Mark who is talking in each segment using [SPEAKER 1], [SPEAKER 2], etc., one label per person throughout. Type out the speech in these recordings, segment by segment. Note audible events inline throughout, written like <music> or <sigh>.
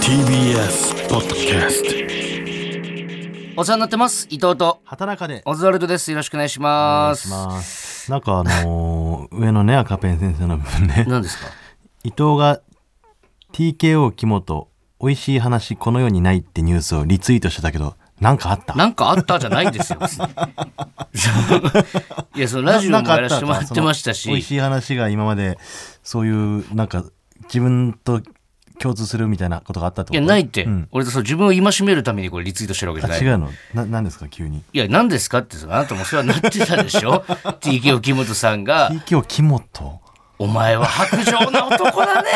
[SPEAKER 1] TBS ポッドキャスト
[SPEAKER 2] お世話になってます伊藤と
[SPEAKER 3] 畑中で
[SPEAKER 2] オズワルドですよろしくお願いし
[SPEAKER 3] お願
[SPEAKER 2] ま
[SPEAKER 3] いし
[SPEAKER 2] す
[SPEAKER 3] ますなんかあのー上のね赤ペン先生の部分ね <laughs>
[SPEAKER 2] 何ですか
[SPEAKER 3] 伊藤が TKO 木本美味しい話この世にないってニュースをリツイートしてたけどなんかあった
[SPEAKER 2] なんかあったじゃない
[SPEAKER 3] <laughs>
[SPEAKER 2] んですよ別にいやそのラジオもやらせてもらってました
[SPEAKER 3] なんかあったその美味
[SPEAKER 2] し
[SPEAKER 3] しい話が今までそういうなんか自分と共通するみたいなことがあったって
[SPEAKER 2] い
[SPEAKER 3] こ
[SPEAKER 2] や
[SPEAKER 3] と
[SPEAKER 2] ないって、
[SPEAKER 3] うん
[SPEAKER 2] 俺とそう自分を戒めるためにこれリツイートしてるわけじゃ
[SPEAKER 3] あ
[SPEAKER 2] ない
[SPEAKER 3] 違うのななんですか急に
[SPEAKER 2] いや何ですかってあなたもお世話になってたでし
[SPEAKER 3] <laughs>
[SPEAKER 2] ょ TKO 木本さんが
[SPEAKER 3] TKO 木本
[SPEAKER 2] お前は白状な男だね。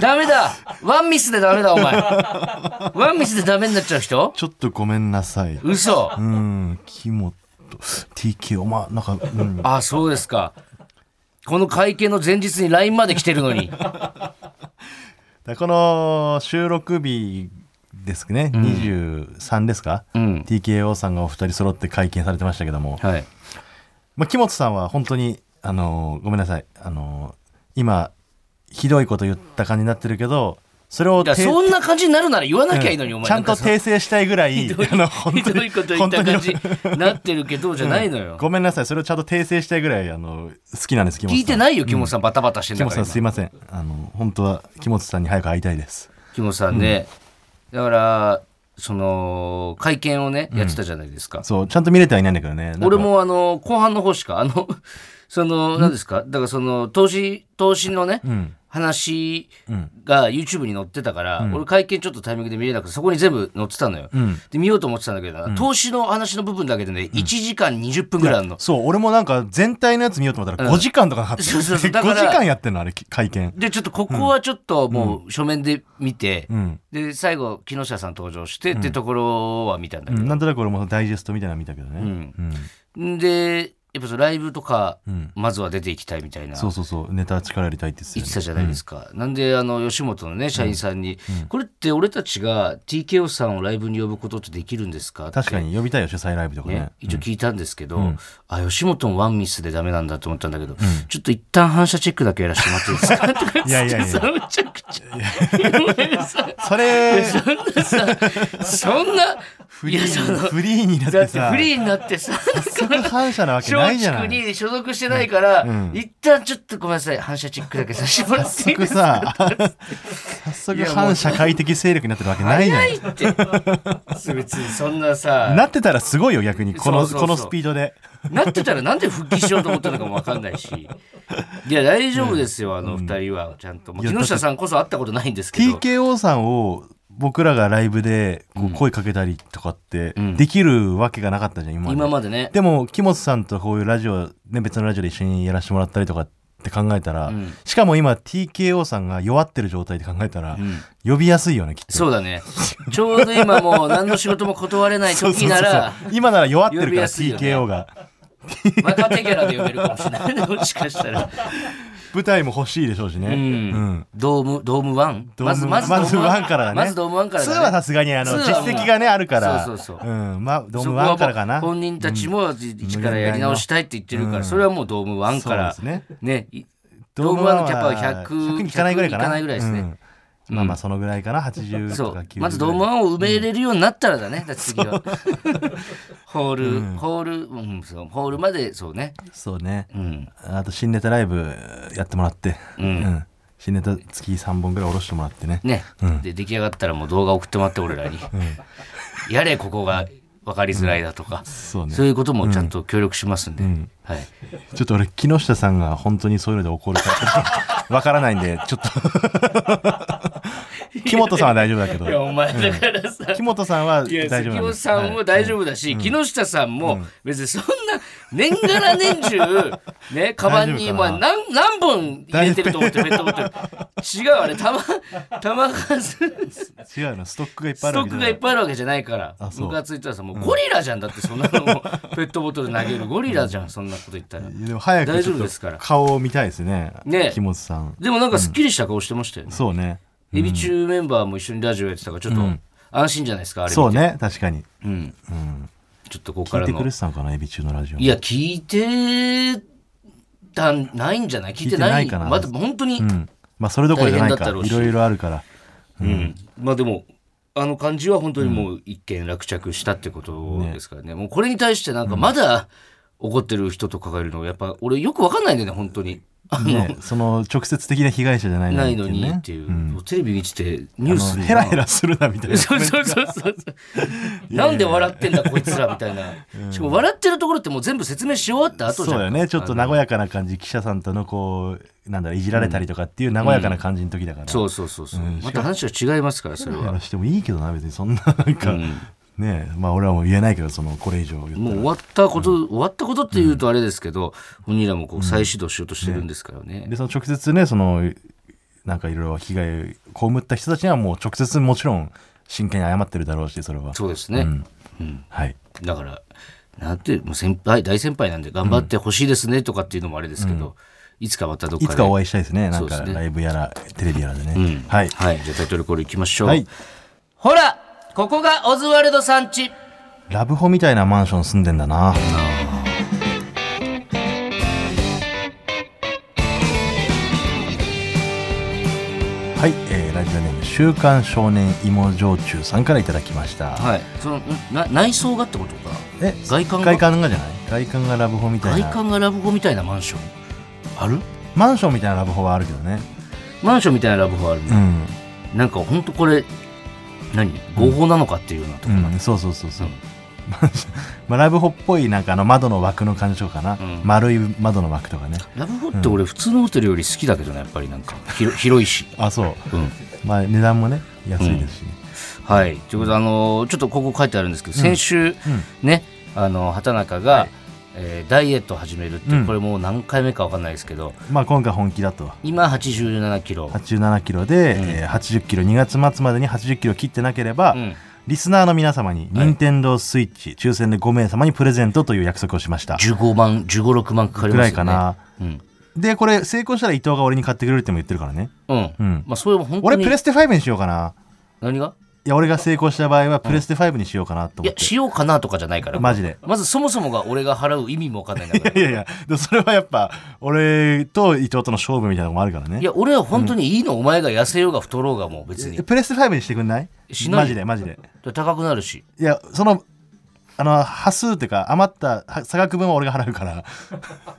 [SPEAKER 2] ダメだ。ワンミスでダメだ、お前。ワンミスでダメになっちゃう人
[SPEAKER 3] ちょっとごめんなさいう
[SPEAKER 2] 嘘。
[SPEAKER 3] ん木本 TKO まあなんか、うん、
[SPEAKER 2] あ、そうですか。この会見の前日に LINE まで来てるの
[SPEAKER 3] <laughs>
[SPEAKER 2] に。
[SPEAKER 3] だこの収録日ですね、23ですか、
[SPEAKER 2] ん
[SPEAKER 3] TKO さんがお二人揃って会見されてましたけども、
[SPEAKER 2] はい。
[SPEAKER 3] まあ、木本さんは本当に、あのーごめんなさい、あのー今ひどいこと言った感じになってるけどそれを
[SPEAKER 2] いや、
[SPEAKER 3] て
[SPEAKER 2] そんな感じになるなら言わなきゃいいのに、
[SPEAKER 3] うん
[SPEAKER 2] お
[SPEAKER 3] <laughs>
[SPEAKER 2] 前。
[SPEAKER 3] ちゃんと訂正したいぐらい
[SPEAKER 2] <laughs> ひどい
[SPEAKER 3] あの本
[SPEAKER 2] ひ
[SPEAKER 3] 当に
[SPEAKER 2] どいこと言った感じになってるけど、じゃないの
[SPEAKER 3] うん
[SPEAKER 2] よ。
[SPEAKER 3] ごめんなさいそれをちゃんと訂正したいぐらいあの好きなんです木本さん
[SPEAKER 2] 聞いてないよ、木本さん。バタバタしてん
[SPEAKER 3] 木
[SPEAKER 2] だ
[SPEAKER 3] 本
[SPEAKER 2] か
[SPEAKER 3] さん。
[SPEAKER 2] ら
[SPEAKER 3] すいませんあの本当は木本さんに早く会いたいです
[SPEAKER 2] 木本さんね。だから、その、会見をね、やってたじゃないですか。
[SPEAKER 3] そうちゃんと見れてはいないんだけどねなんか
[SPEAKER 2] 俺もあの後半の方しかあの <laughs> その何ですかだからその投資投資のね、
[SPEAKER 3] うん
[SPEAKER 2] 話
[SPEAKER 3] うん
[SPEAKER 2] が YouTube に載ってたから、俺会見ちょっとタイミングで見れなくてそこに全部載ってたのよ、
[SPEAKER 3] ん
[SPEAKER 2] で見ようと思ってたんだけどな、投資の話の部分だけでね、1時間20分ぐらいあるの
[SPEAKER 3] そう、俺もなんか全体のやつ見ようと思ったら5時間とかなかった。
[SPEAKER 2] <laughs> そうそうそうだか
[SPEAKER 3] 5
[SPEAKER 2] ら
[SPEAKER 3] 時間やってんのあれ、き会見。
[SPEAKER 2] でちょっとここはちょっともう書面で見て、
[SPEAKER 3] うん。
[SPEAKER 2] で最後木下さん登場して、ってところは見たんだ
[SPEAKER 3] う
[SPEAKER 2] けど
[SPEAKER 3] ん、なんとなく俺もダイジェストみたいなの見たけどね。
[SPEAKER 2] ん
[SPEAKER 3] うん。
[SPEAKER 2] でやっぱそのライブとか、
[SPEAKER 3] うん
[SPEAKER 2] まずは出ていきたいみたいな
[SPEAKER 3] そうそうそう、ネタ力入れたいって言
[SPEAKER 2] 言っ
[SPEAKER 3] ってて
[SPEAKER 2] た
[SPEAKER 3] た
[SPEAKER 2] じ
[SPEAKER 3] じ
[SPEAKER 2] ゃ
[SPEAKER 3] ゃ
[SPEAKER 2] な
[SPEAKER 3] ないい
[SPEAKER 2] ですか、なんであの吉本のね社員さんに、これって俺たちが TKO さんをライブに呼ぶことってできるんですかって
[SPEAKER 3] 確かに呼びたいよ、主催ライブとか
[SPEAKER 2] ね
[SPEAKER 3] ね。
[SPEAKER 2] 一応聞いたんですけど、あ吉本もワンミスでダメなんだと思ったんだけど、ちょっと一旦反射チェックだけやらせてもらっていいですかとか言って
[SPEAKER 3] <laughs> いやいやいや
[SPEAKER 2] そのめちゃくちゃさ
[SPEAKER 3] それ、
[SPEAKER 2] そんなさそんな
[SPEAKER 3] フ
[SPEAKER 2] い
[SPEAKER 3] リ
[SPEAKER 2] やそ
[SPEAKER 3] ー
[SPEAKER 2] の
[SPEAKER 3] に、フリーになっ
[SPEAKER 2] だ
[SPEAKER 3] て
[SPEAKER 2] って
[SPEAKER 3] さ、
[SPEAKER 2] フリーになってさ
[SPEAKER 3] それ反射なわけない
[SPEAKER 2] 松
[SPEAKER 3] じゃ
[SPEAKER 2] 竹
[SPEAKER 3] ない。
[SPEAKER 2] に所属してないから、
[SPEAKER 3] ん
[SPEAKER 2] 一旦ちょっとごめんなさい反射チェックだけさせてもらってい
[SPEAKER 3] 早速
[SPEAKER 2] いですか
[SPEAKER 3] さ、早速反社会的勢力になってるわけないじゃな
[SPEAKER 2] 早
[SPEAKER 3] いい。
[SPEAKER 2] っ
[SPEAKER 3] <laughs>
[SPEAKER 2] て別にそんなさ
[SPEAKER 3] なってたらすごいよ、逆に。こ
[SPEAKER 2] そ
[SPEAKER 3] の、
[SPEAKER 2] うそうそう
[SPEAKER 3] このスピードで。
[SPEAKER 2] なってたらなんで復帰しようと思ったのかも分かんな
[SPEAKER 3] <laughs>
[SPEAKER 2] いしいや大丈夫ですよあの二人はちゃんともう
[SPEAKER 3] いや
[SPEAKER 2] 木下さんこそ会ったことないんですけど
[SPEAKER 3] TKO さんを僕らがライブでこう声かけたりとかって
[SPEAKER 2] ん
[SPEAKER 3] できるわけがなかったじゃん今まで
[SPEAKER 2] 今までね
[SPEAKER 3] でも木本さんとこういうラジオ、ね、別のラジオで一緒にやらせてもらったりとかって考えたら、
[SPEAKER 2] うん
[SPEAKER 3] しかも今 TKO さんが弱ってる状態で考えたら、
[SPEAKER 2] ん
[SPEAKER 3] 呼びやすいよねきっと
[SPEAKER 2] そうだねちょうど今もう何の仕事も断れない
[SPEAKER 3] <laughs> そうそ
[SPEAKER 2] 時
[SPEAKER 3] うそう
[SPEAKER 2] なら
[SPEAKER 3] そう今なら弱ってる
[SPEAKER 2] 呼び
[SPEAKER 3] か
[SPEAKER 2] や
[SPEAKER 3] ら
[SPEAKER 2] すいよね
[SPEAKER 3] TKO が、
[SPEAKER 2] 若手ギャラで呼べるかもしれないねもしかしたら
[SPEAKER 3] 舞台も欲しいでしょうしね、
[SPEAKER 2] うん
[SPEAKER 3] うん
[SPEAKER 2] ドームドームワン
[SPEAKER 3] ドーム
[SPEAKER 2] まずまず
[SPEAKER 3] まずワンからだね
[SPEAKER 2] まずドームワンから
[SPEAKER 3] 2
[SPEAKER 2] だね
[SPEAKER 3] はさすがにあの
[SPEAKER 2] ツー
[SPEAKER 3] 実
[SPEAKER 2] はもう
[SPEAKER 3] 績がねあるから
[SPEAKER 2] そうそうそうん
[SPEAKER 3] まあドーム1からかな
[SPEAKER 2] そこはもう本人たちも一からやり直したいって言ってるから、
[SPEAKER 3] うん
[SPEAKER 2] それはもうドーム1から
[SPEAKER 3] そうですね
[SPEAKER 2] ねいド
[SPEAKER 3] ド
[SPEAKER 2] ー
[SPEAKER 3] ー
[SPEAKER 2] ム
[SPEAKER 3] ム
[SPEAKER 2] ワ
[SPEAKER 3] ワ
[SPEAKER 2] ン
[SPEAKER 3] ン
[SPEAKER 2] の
[SPEAKER 3] の
[SPEAKER 2] キ
[SPEAKER 3] キャ
[SPEAKER 2] ャパ
[SPEAKER 3] パ
[SPEAKER 2] は
[SPEAKER 3] は
[SPEAKER 2] 100
[SPEAKER 3] 100, にいかないぐらいかな。
[SPEAKER 2] いかないぐらいですね
[SPEAKER 3] うんまあまあそのぐらいかな、80
[SPEAKER 2] そ
[SPEAKER 3] とか90
[SPEAKER 2] うまずドームワンを埋めれるようになったらだね、だって次はホール、ホール、うん、そうホールまでそうね
[SPEAKER 3] そうね。
[SPEAKER 2] うん
[SPEAKER 3] あと新ネタライブやってもらって、
[SPEAKER 2] うん
[SPEAKER 3] うん新ネタ月3本ぐらい下ろしてもらってね。
[SPEAKER 2] ね、
[SPEAKER 3] うん
[SPEAKER 2] で出来上がったらもう動画送ってもらって俺らに、やれここが分かりづらいだとか、
[SPEAKER 3] そうね。
[SPEAKER 2] そういうこともちゃんと協力しますんで、
[SPEAKER 3] ん
[SPEAKER 2] はい
[SPEAKER 3] ちょっと俺、木下さんが本当にそういうので怒るか
[SPEAKER 2] <laughs>
[SPEAKER 3] わからないんで、ちょっと。木本さんは大丈夫だけ
[SPEAKER 2] いや
[SPEAKER 3] ど、
[SPEAKER 2] お前だからさ、
[SPEAKER 3] 木本さんはい
[SPEAKER 2] や
[SPEAKER 3] 大丈夫
[SPEAKER 2] 関
[SPEAKER 3] なん
[SPEAKER 2] 本
[SPEAKER 3] です。
[SPEAKER 2] さんも大丈夫だし、木下さんも別にそんな年がら
[SPEAKER 3] <laughs>
[SPEAKER 2] 年中、ね、カバンに
[SPEAKER 3] 大丈夫
[SPEAKER 2] まあ
[SPEAKER 3] かな
[SPEAKER 2] 何何本入れてると思ってペットボトル違うあれ玉玉数ス
[SPEAKER 3] はい違うの、ストックがいっぱい
[SPEAKER 2] ト
[SPEAKER 3] あるわ
[SPEAKER 2] ッ
[SPEAKER 3] けじゃ
[SPEAKER 2] クが
[SPEAKER 3] ない
[SPEAKER 2] いっぱいあるわけじゃないから
[SPEAKER 3] あそう
[SPEAKER 2] ムカついたらさもうゴリラじゃんだってそんなのも
[SPEAKER 3] <laughs>
[SPEAKER 2] うペットボトル投げるゴリラじゃんそんなこと言ったら
[SPEAKER 3] いやでも早く
[SPEAKER 2] 大
[SPEAKER 3] ち
[SPEAKER 2] 丈
[SPEAKER 3] ょ
[SPEAKER 2] 夫です
[SPEAKER 3] っ
[SPEAKER 2] から
[SPEAKER 3] と顔を見たいですね。
[SPEAKER 2] ね
[SPEAKER 3] 木本さん。
[SPEAKER 2] でもなんかすっきりした顔してましたよね、
[SPEAKER 3] そうね。
[SPEAKER 2] エビ中メンバーも一緒にラジオやってたからちょっと安心じゃないですかあれ見て
[SPEAKER 3] そうね、確かに。
[SPEAKER 2] うん、ちょっとここか
[SPEAKER 3] 聞い
[SPEAKER 2] ら
[SPEAKER 3] て
[SPEAKER 2] の
[SPEAKER 3] くれてたのかな、エビ中のラジオ。
[SPEAKER 2] いや、聞いてたんないんじゃない聞いてない
[SPEAKER 3] 聞いてないかな
[SPEAKER 2] まだ本当に、
[SPEAKER 3] うん。まあそれどころじゃない
[SPEAKER 2] 大変だっ
[SPEAKER 3] か
[SPEAKER 2] たろう
[SPEAKER 3] い
[SPEAKER 2] し
[SPEAKER 3] ろいろあるから
[SPEAKER 2] うん、まあでもあの感じは本当にもう一件落着したってことですからねもうこれに対してなんかまだ怒ってる人とかがいるのやっぱ俺よくわかんないんだよね本当にあの、
[SPEAKER 3] ね、その直接的な被害者じゃない
[SPEAKER 2] ないのに
[SPEAKER 3] ね
[SPEAKER 2] っていう、
[SPEAKER 3] ん
[SPEAKER 2] テレビ見ててニ
[SPEAKER 3] あ
[SPEAKER 2] ュ
[SPEAKER 3] の
[SPEAKER 2] ースに
[SPEAKER 3] ヘラヘラするなみたいな
[SPEAKER 2] そうそうそうそうなんで笑ってんだこいつらみたいな、しかも笑ってるところってもう全部説明し終わった後
[SPEAKER 3] そう
[SPEAKER 2] じゃん
[SPEAKER 3] だよねちょっと和やかな感じ記者さんとのこうなんだろういじられたりとかっていう和やかな感じの時だから、
[SPEAKER 2] そうそうそうそう、
[SPEAKER 3] うん
[SPEAKER 2] また話は違いますからそれは、
[SPEAKER 3] 話してもいいけどな別にそんななんか、
[SPEAKER 2] うん
[SPEAKER 3] ねまあ俺はもう言えないけどそのこれ以上言
[SPEAKER 2] も
[SPEAKER 3] ったら
[SPEAKER 2] う終わったこと、終わったことっていうとあれですけど、本人らもこう再始動しようとしてるんですからね。
[SPEAKER 3] でその直接ねそのなんかいろいろ被害被った人たちにはもう直接もちろん真剣に謝ってるだろうしそれは
[SPEAKER 2] そうですね。
[SPEAKER 3] ん
[SPEAKER 2] うん
[SPEAKER 3] はい
[SPEAKER 2] だから、なんて、もう先輩、大先輩なんで頑張ってほしいですねとかっていうのもあれですけど、いつかまたどっか
[SPEAKER 3] い
[SPEAKER 2] で。
[SPEAKER 3] つかお会いしたいですねなん
[SPEAKER 2] そ
[SPEAKER 3] か
[SPEAKER 2] うですね
[SPEAKER 3] ライブやらテレビやらでね、
[SPEAKER 2] うん
[SPEAKER 3] はい
[SPEAKER 2] はい。じゃあタイトルコールいきましょう。
[SPEAKER 3] はい
[SPEAKER 2] ほらここがオズワルドさんち
[SPEAKER 3] ラブホみたいなマンション住んでんだなはい、えー、ラジオネーム「週刊少年芋焼酎」さんからいただきました、
[SPEAKER 2] はい。その、んな内装がってことか。
[SPEAKER 3] え
[SPEAKER 2] 外観が
[SPEAKER 3] 外観がじゃない外観がラブホみたい
[SPEAKER 2] 外
[SPEAKER 3] な
[SPEAKER 2] 観がラブホみたいなマンション。ある
[SPEAKER 3] マンションみたいなラブホはあるけどね
[SPEAKER 2] マンションみたいなラブホあるね。
[SPEAKER 3] うん、
[SPEAKER 2] なんか本当これ何合法なのかっていうようなとこ
[SPEAKER 3] うん、そうそうそうそう、 <laughs> まあ、ラブホっぽいなんかあの窓の枠の感じとかな、
[SPEAKER 2] ん
[SPEAKER 3] 丸い窓の枠とかね
[SPEAKER 2] ラブホって俺普通のホテルより好きだけどねやっぱりなんか広広いし、
[SPEAKER 3] あそう
[SPEAKER 2] うん、
[SPEAKER 3] まあ値段もね安いですし、ね
[SPEAKER 2] はいということであのーちょっとここ書いてあるんですけど先週、ねあの畑中が、えーダイエットを始めるって、
[SPEAKER 3] うん
[SPEAKER 2] これもう何回目か分かんないですけど
[SPEAKER 3] まあ今回本気だと
[SPEAKER 2] 今8 7キロ、
[SPEAKER 3] 87キロで、
[SPEAKER 2] うん
[SPEAKER 3] えー80キロ2月末までに80キロ切ってなければ、
[SPEAKER 2] うん、
[SPEAKER 3] リスナーの皆様に
[SPEAKER 2] はい
[SPEAKER 3] 任天堂スイッチ、抽選で5名様にプレゼントという約束をしました
[SPEAKER 2] 15万156万かかり
[SPEAKER 3] ぐ
[SPEAKER 2] ま
[SPEAKER 3] ら
[SPEAKER 2] すよね
[SPEAKER 3] いかな、
[SPEAKER 2] うん、
[SPEAKER 3] でこれ成功したら伊藤が俺に買ってくれるっても言ってるからね
[SPEAKER 2] うん
[SPEAKER 3] うん
[SPEAKER 2] まあそれも本当
[SPEAKER 3] 俺
[SPEAKER 2] に
[SPEAKER 3] プレステ5にしようかな
[SPEAKER 2] 何が
[SPEAKER 3] いや俺が成功した場合はプレステ5にしようかなと
[SPEAKER 2] い
[SPEAKER 3] 思
[SPEAKER 2] や
[SPEAKER 3] って、
[SPEAKER 2] しようかなとかじゃないから
[SPEAKER 3] マジで <laughs>
[SPEAKER 2] まずそもそもが俺が払う意味も分かんないんだから
[SPEAKER 3] いやいやでもそれはやっぱ俺と伊藤との勝負みたいなのもあるからね
[SPEAKER 2] いや、俺は本当にいいの、お前が痩せようが太ろうがもう別に。
[SPEAKER 3] プレステ5にしてくんない
[SPEAKER 2] しない
[SPEAKER 3] マジでマジで
[SPEAKER 2] 高くなるし。
[SPEAKER 3] いやそのあの端数っていうか余ったは差額分は俺が払うから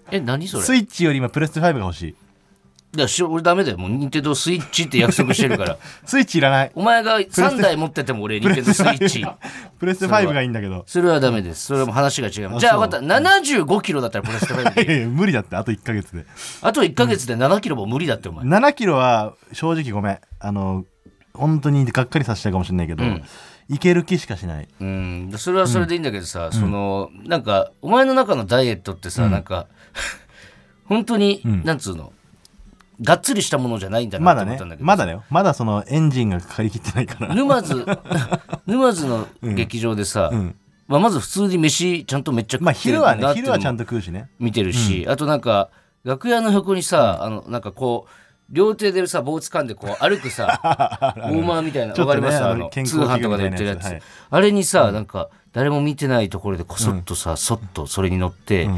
[SPEAKER 2] え、何それ
[SPEAKER 3] スイッチより今プレステ5が欲しい
[SPEAKER 2] いやし俺ダメだよ。もう任天堂スイッチって約束してるから。 <laughs>
[SPEAKER 3] スイッチいらない
[SPEAKER 2] お前が3台持ってても俺任天堂スイッ <laughs> チ。
[SPEAKER 3] プレステ5がいいんだけど
[SPEAKER 2] それはダメです。それはもう話が違う。じゃあ分かった。75キロだったらプレステ5
[SPEAKER 3] い
[SPEAKER 2] で。 <laughs>
[SPEAKER 3] やいや無理だってあと1ヶ月で
[SPEAKER 2] あと1ヶ月で7キロも無理だってお前。
[SPEAKER 3] 7キロは正直ごめんあの本当にがっかりさせちゃうかもしれないけど、いける気しかしない
[SPEAKER 2] うん。それはそれでいいんだけどさ、その、なんか、お前の中のダイエットってさ、なんか、 <laughs> 本当に、なんつうの、がっつりしたものじゃないんだな
[SPEAKER 3] ま
[SPEAKER 2] って
[SPEAKER 3] だ
[SPEAKER 2] 思っ
[SPEAKER 3] ね
[SPEAKER 2] たんだけど。
[SPEAKER 3] まだだよまだそのエンジンがかかりきってないから
[SPEAKER 2] 沼津 <laughs> 沼津の劇場でさ、まあ、まず普通に飯ちゃんとめっちゃ食
[SPEAKER 3] まあ
[SPEAKER 2] ってる
[SPEAKER 3] 昼
[SPEAKER 2] な
[SPEAKER 3] は
[SPEAKER 2] っていうの
[SPEAKER 3] ね
[SPEAKER 2] も
[SPEAKER 3] 昼はちゃんと食うしね
[SPEAKER 2] 見てるし、あとなんか楽屋の横にさ、あのなんかこう両手でさ棒掴んでこう歩
[SPEAKER 3] <laughs>
[SPEAKER 2] くさウォーマーみたいな
[SPEAKER 3] ちょ
[SPEAKER 2] わ
[SPEAKER 3] っと
[SPEAKER 2] か
[SPEAKER 3] ね
[SPEAKER 2] りますあ
[SPEAKER 3] あの
[SPEAKER 2] の
[SPEAKER 3] 健
[SPEAKER 2] 通
[SPEAKER 3] 康
[SPEAKER 2] 販とかで売ってるや
[SPEAKER 3] 器具みた
[SPEAKER 2] つ、
[SPEAKER 3] いなやつはい
[SPEAKER 2] あれにさ、なんか誰も見てないところでこそっとさ、そっとそれに乗って、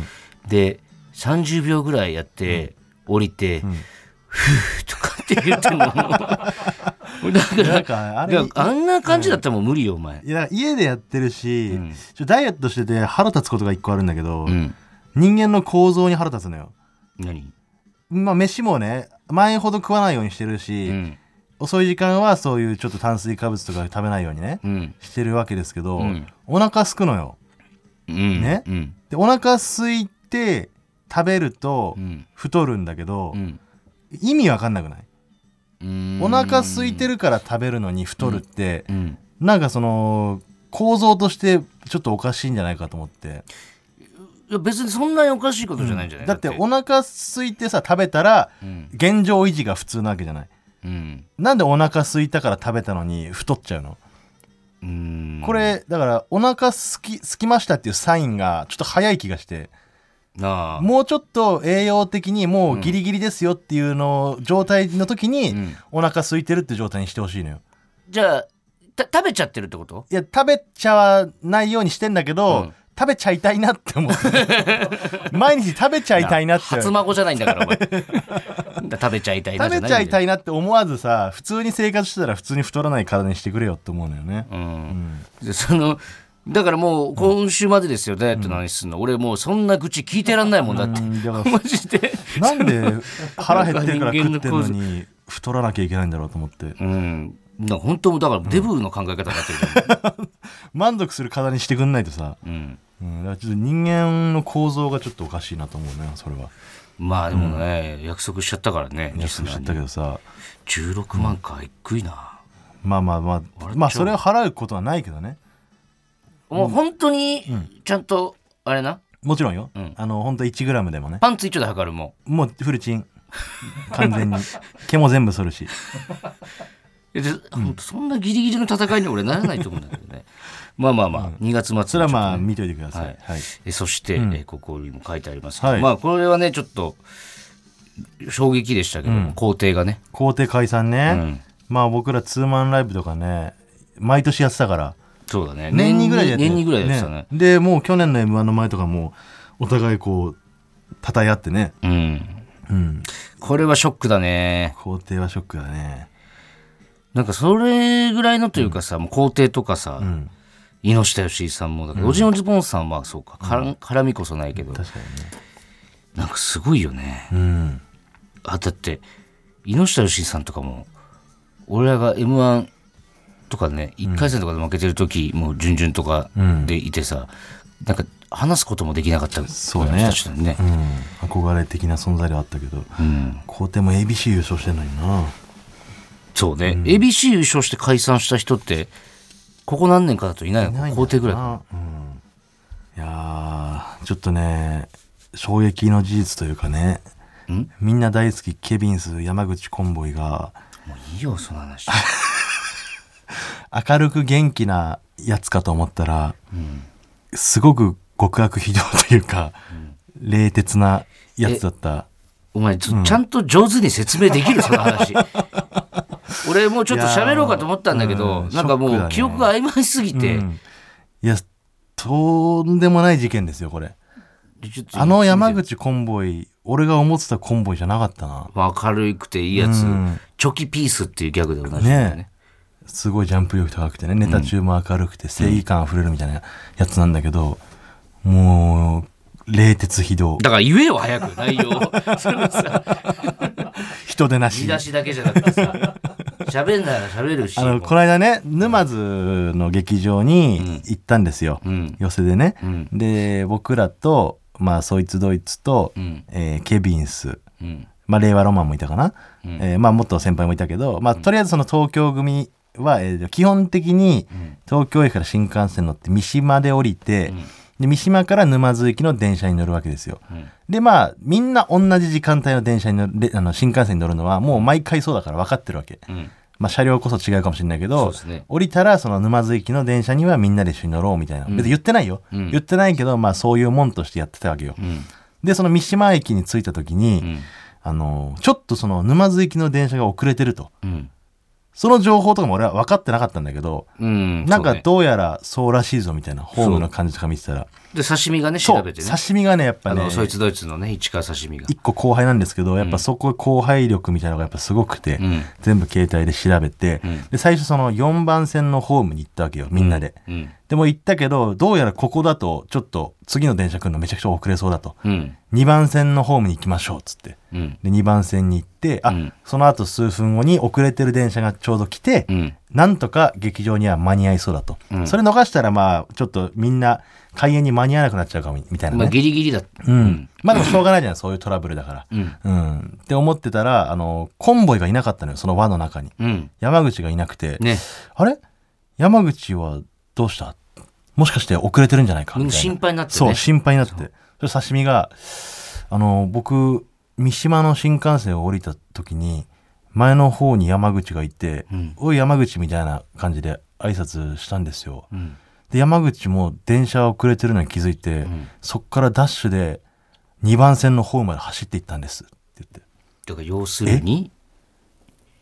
[SPEAKER 2] で30秒ぐらいやって、降りて、ふーとかって
[SPEAKER 3] <laughs>
[SPEAKER 2] 言ってんのだから
[SPEAKER 3] なんかあ
[SPEAKER 2] あ
[SPEAKER 3] れ
[SPEAKER 2] あんな感じだったらもう無理よ、お前。
[SPEAKER 3] いや家でやってるし、ちょダイエットしてて腹立つことが一個あるんだけど、
[SPEAKER 2] うん。
[SPEAKER 3] 人間の構造に腹立つのよ
[SPEAKER 2] 何
[SPEAKER 3] まあ飯もね前ほど食わないようにしてるし、
[SPEAKER 2] うん。
[SPEAKER 3] 遅い時間はそういうちょっと炭水化物とか食べないようにね、
[SPEAKER 2] うん。
[SPEAKER 3] してるわけですけど、
[SPEAKER 2] ん
[SPEAKER 3] お腹すくのよ
[SPEAKER 2] うん。
[SPEAKER 3] ね
[SPEAKER 2] うん。
[SPEAKER 3] でお腹すいて食べると
[SPEAKER 2] うん。
[SPEAKER 3] 太るんだけど、
[SPEAKER 2] うん。
[SPEAKER 3] 意味わかんなくない
[SPEAKER 2] うん
[SPEAKER 3] お腹空いてるから食べるのに太るって
[SPEAKER 2] う、ん。
[SPEAKER 3] なんかその構造としてちょっとおかしいんじゃないかと思って
[SPEAKER 2] いや別にそんなにおかしいことじゃないんじゃない、
[SPEAKER 3] だってお腹空いてさ食べたら
[SPEAKER 2] うん。
[SPEAKER 3] 現状維持が普通なわけじゃない
[SPEAKER 2] うん。
[SPEAKER 3] なんでお腹空いたから食べたのに太っちゃうの
[SPEAKER 2] うん。
[SPEAKER 3] これだからお腹すきすきましたっていうサインがちょっと早い気がして
[SPEAKER 2] なあ。
[SPEAKER 3] もうちょっと栄養的にもうギリギリですよっていうの状態の時に、
[SPEAKER 2] うん
[SPEAKER 3] お腹空いてるって状態にしてほしいのよ
[SPEAKER 2] じゃあ、た食べちゃってるってこと
[SPEAKER 3] いや食べちゃわないようにしてんだけど、
[SPEAKER 2] うん
[SPEAKER 3] 食べちゃいたいなって
[SPEAKER 2] <laughs>
[SPEAKER 3] 思って毎日食べちゃいたいなって
[SPEAKER 2] 初孫じゃないん
[SPEAKER 3] <laughs>
[SPEAKER 2] だからお前食べちゃいたいな
[SPEAKER 3] 食
[SPEAKER 2] じ
[SPEAKER 3] べ
[SPEAKER 2] ゃない
[SPEAKER 3] ちゃいた
[SPEAKER 2] い
[SPEAKER 3] いなって思わずさ普通に生活してたら普通に太らない体にしてくれよって思うのよね、
[SPEAKER 2] うんでそのだからもう今週までですよ、ダイエットの話すんの、俺もうそんな愚痴聞いてらんないもんだって、
[SPEAKER 3] うんだから
[SPEAKER 2] マジで
[SPEAKER 3] なんで腹減ってるから
[SPEAKER 2] 人間
[SPEAKER 3] 食
[SPEAKER 2] の
[SPEAKER 3] ってる
[SPEAKER 2] <laughs>
[SPEAKER 3] のに太らなきゃいけないんだろうと思って
[SPEAKER 2] うんなんか本当もうだからデブの考え方になってるから、
[SPEAKER 3] 満足する体にしてくんないとさ、 <laughs>
[SPEAKER 2] うん
[SPEAKER 3] うん、だからちょっと人間の構造がちょっとおかしいなと思うねそれは
[SPEAKER 2] まあでもね、約束しちゃったからね
[SPEAKER 3] 約束しちゃったけどさ
[SPEAKER 2] 16万かえっくいな、
[SPEAKER 3] まあまあまあまあそれを払うことはないけどね
[SPEAKER 2] もう本当にちゃんとあれな
[SPEAKER 3] もちろんよ、
[SPEAKER 2] ん
[SPEAKER 3] あの本当1グラムでもね
[SPEAKER 2] パンツ一丁で測るもん
[SPEAKER 3] もうフルチン完全に <laughs> 毛も全部剃るし
[SPEAKER 2] えで、ほんとそんなギリギリの戦いに俺ならないと思うんだけどね <laughs> まあまあまあ、2月末
[SPEAKER 3] それはまあ
[SPEAKER 2] ちょっとね
[SPEAKER 3] 見といてください、
[SPEAKER 2] はい
[SPEAKER 3] はい
[SPEAKER 2] えそして、えここにも書いてありますけど、
[SPEAKER 3] はい
[SPEAKER 2] まあこれはねちょっと衝撃でしたけど、皇帝がね
[SPEAKER 3] 皇帝解散ね、まあ僕らツーマンライブとかね毎年やってたから
[SPEAKER 2] そうだね
[SPEAKER 3] 年にぐらいでやって
[SPEAKER 2] 年にぐらいでやってたね
[SPEAKER 3] でもう去年の m 1の前とかもお互いこうたえ合ってね
[SPEAKER 2] うん
[SPEAKER 3] うん
[SPEAKER 2] これはショックだね
[SPEAKER 3] 皇帝はショックだね
[SPEAKER 2] なんかそれぐらいのというかさ、もう皇帝とかさ、
[SPEAKER 3] うん
[SPEAKER 2] 猪下義井さんもだけど、おじのズボンさんはそうかから、絡みこそないけど
[SPEAKER 3] 確かにね
[SPEAKER 2] なんかすごいよね
[SPEAKER 3] うん
[SPEAKER 2] あだって猪下義井さんとかも俺らが m 1とかね1回戦とかで負けてる時、もう準々とかでいてさ、なんか話すこともできなかった
[SPEAKER 3] そうね
[SPEAKER 2] 人たちだよね
[SPEAKER 3] うん憧れ的な存在ではあったけど
[SPEAKER 2] うん
[SPEAKER 3] 皇帝も ABC 優勝してんのにな
[SPEAKER 2] そうね、ABC 優勝して解散した人ってここ何年かだといないのか皇帝ぐらいか
[SPEAKER 3] な、うん、いやーちょっとね衝撃の事実というかね
[SPEAKER 2] ん
[SPEAKER 3] みんな大好きケビンス山口コンボイが
[SPEAKER 2] もういいよその話
[SPEAKER 3] 明るく元気なやつかと思ったら、すごく極悪非道というか、冷徹なやつだった
[SPEAKER 2] お前ちょちゃんと上手に説明できるそ
[SPEAKER 3] <laughs>
[SPEAKER 2] の話俺もうちょっと喋ろうかと思ったんだけ
[SPEAKER 3] いや
[SPEAKER 2] ど
[SPEAKER 3] ーうん
[SPEAKER 2] なんかも
[SPEAKER 3] ショックだね
[SPEAKER 2] う記憶が曖昧すぎて、
[SPEAKER 3] うんいやとんでもない事件ですよこれ
[SPEAKER 2] ちょっと
[SPEAKER 3] あの山口コンボイ俺が思ってたコンボイじゃなかったな
[SPEAKER 2] 明るくていいやつ、
[SPEAKER 3] うん
[SPEAKER 2] チョキピースっていうギャグで同じだよね
[SPEAKER 3] ねすごいジャンプ力高くてねネタ中も明るくて正義感あふれるみたいなやつなんだけど、もう冷徹非道
[SPEAKER 2] だから言えよ早く内容
[SPEAKER 3] <laughs>
[SPEAKER 2] をそのさ
[SPEAKER 3] 人手な
[SPEAKER 2] 見
[SPEAKER 3] し
[SPEAKER 2] 出しだけじゃなくてさ喋んなら喋るし
[SPEAKER 3] あの
[SPEAKER 2] もう
[SPEAKER 3] この間ね沼津の劇場に行ったんですよ、
[SPEAKER 2] うん
[SPEAKER 3] 寄せでね、
[SPEAKER 2] うん
[SPEAKER 3] で僕らとまあそいつドイツと、
[SPEAKER 2] うん
[SPEAKER 3] えーケビンス
[SPEAKER 2] うん
[SPEAKER 3] まあ、令和ロマンもいたかな、
[SPEAKER 2] うん
[SPEAKER 3] えーまあ、もっと先輩もいたけど、まあ、とりあえずその東京組は、えー基本的に東京駅から新幹線乗って三島で降りて、で三島から沼津行きの電車に乗るわけですよ。
[SPEAKER 2] うん
[SPEAKER 3] でまあみんな同じ時間帯の電車に乗るであの新幹線に乗るのはもう毎回そうだから分かってるわけ。
[SPEAKER 2] うん
[SPEAKER 3] まあ、車両こそ違うかもしれないけ
[SPEAKER 2] そう
[SPEAKER 3] ど、
[SPEAKER 2] ですね
[SPEAKER 3] 降りたらその沼津行きの電車にはみんなで一緒に乗ろうみたいな、別に言ってないよ、
[SPEAKER 2] うん
[SPEAKER 3] 言ってないけど、まあ、そういうもんとしてやってたわけよ、
[SPEAKER 2] うん
[SPEAKER 3] でその三島駅に着いた時に、
[SPEAKER 2] うん
[SPEAKER 3] あのちょっとその沼津行きの電車が遅れてると
[SPEAKER 2] うん
[SPEAKER 3] その情報とかも俺は分かってなかったんだけど、
[SPEAKER 2] うん
[SPEAKER 3] なん
[SPEAKER 2] そう
[SPEAKER 3] か
[SPEAKER 2] ね
[SPEAKER 3] どうやらそうらしいぞみたいなホームの感じとか見てたら
[SPEAKER 2] で刺身がね
[SPEAKER 3] そ
[SPEAKER 2] 調
[SPEAKER 3] う
[SPEAKER 2] べてね
[SPEAKER 3] 刺身がねやっぱ
[SPEAKER 2] あ
[SPEAKER 3] ね
[SPEAKER 2] のそいつドイツのね市川刺身が
[SPEAKER 3] 一個後輩なんですけどやっぱそこ後輩力みたいなのがやっぱすごくて、
[SPEAKER 2] うん
[SPEAKER 3] 全部携帯で調べて、
[SPEAKER 2] うん
[SPEAKER 3] で最初その4番線のホームに行ったわけよみんなで。
[SPEAKER 2] うん
[SPEAKER 3] でも行ったけどどうやらここだとちょっと次の電車来るのめちゃくちゃ遅れそうだと
[SPEAKER 2] うん
[SPEAKER 3] 2番線のホームに行きましょうっつって
[SPEAKER 2] うん
[SPEAKER 3] で2番線に行ってあ、
[SPEAKER 2] うん
[SPEAKER 3] その後数分後に遅れてる電車がちょうど来て、
[SPEAKER 2] うん
[SPEAKER 3] なんとか劇場には間に合いそうだと、
[SPEAKER 2] うん
[SPEAKER 3] それ逃したらまあちょっとみんな開演に間に合わなくなっちゃうかもみたいなね、
[SPEAKER 2] まあギリギリだ
[SPEAKER 3] うん、まあでもしょうがないじゃんそういうトラブルだから、
[SPEAKER 2] うん
[SPEAKER 3] うん、って思ってたらあのコンボイがいなかったのよその輪の中に
[SPEAKER 2] うん
[SPEAKER 3] 山口がいなくて、
[SPEAKER 2] ね
[SPEAKER 3] あれ山口はどうしたもしかして遅れてるんじゃないかみたいな
[SPEAKER 2] 心配になってね
[SPEAKER 3] そう心配になってそれ刺身があの僕三島の新幹線を降りた時に前の方に山口がいて「
[SPEAKER 2] うん
[SPEAKER 3] おい山口」みたいな感じで挨拶したんですよ
[SPEAKER 2] うん
[SPEAKER 3] で山口も電車遅れてるのに気づいて、
[SPEAKER 2] ん
[SPEAKER 3] そっからダッシュで2番線の方まで走っていったんですって言って
[SPEAKER 2] だから要するに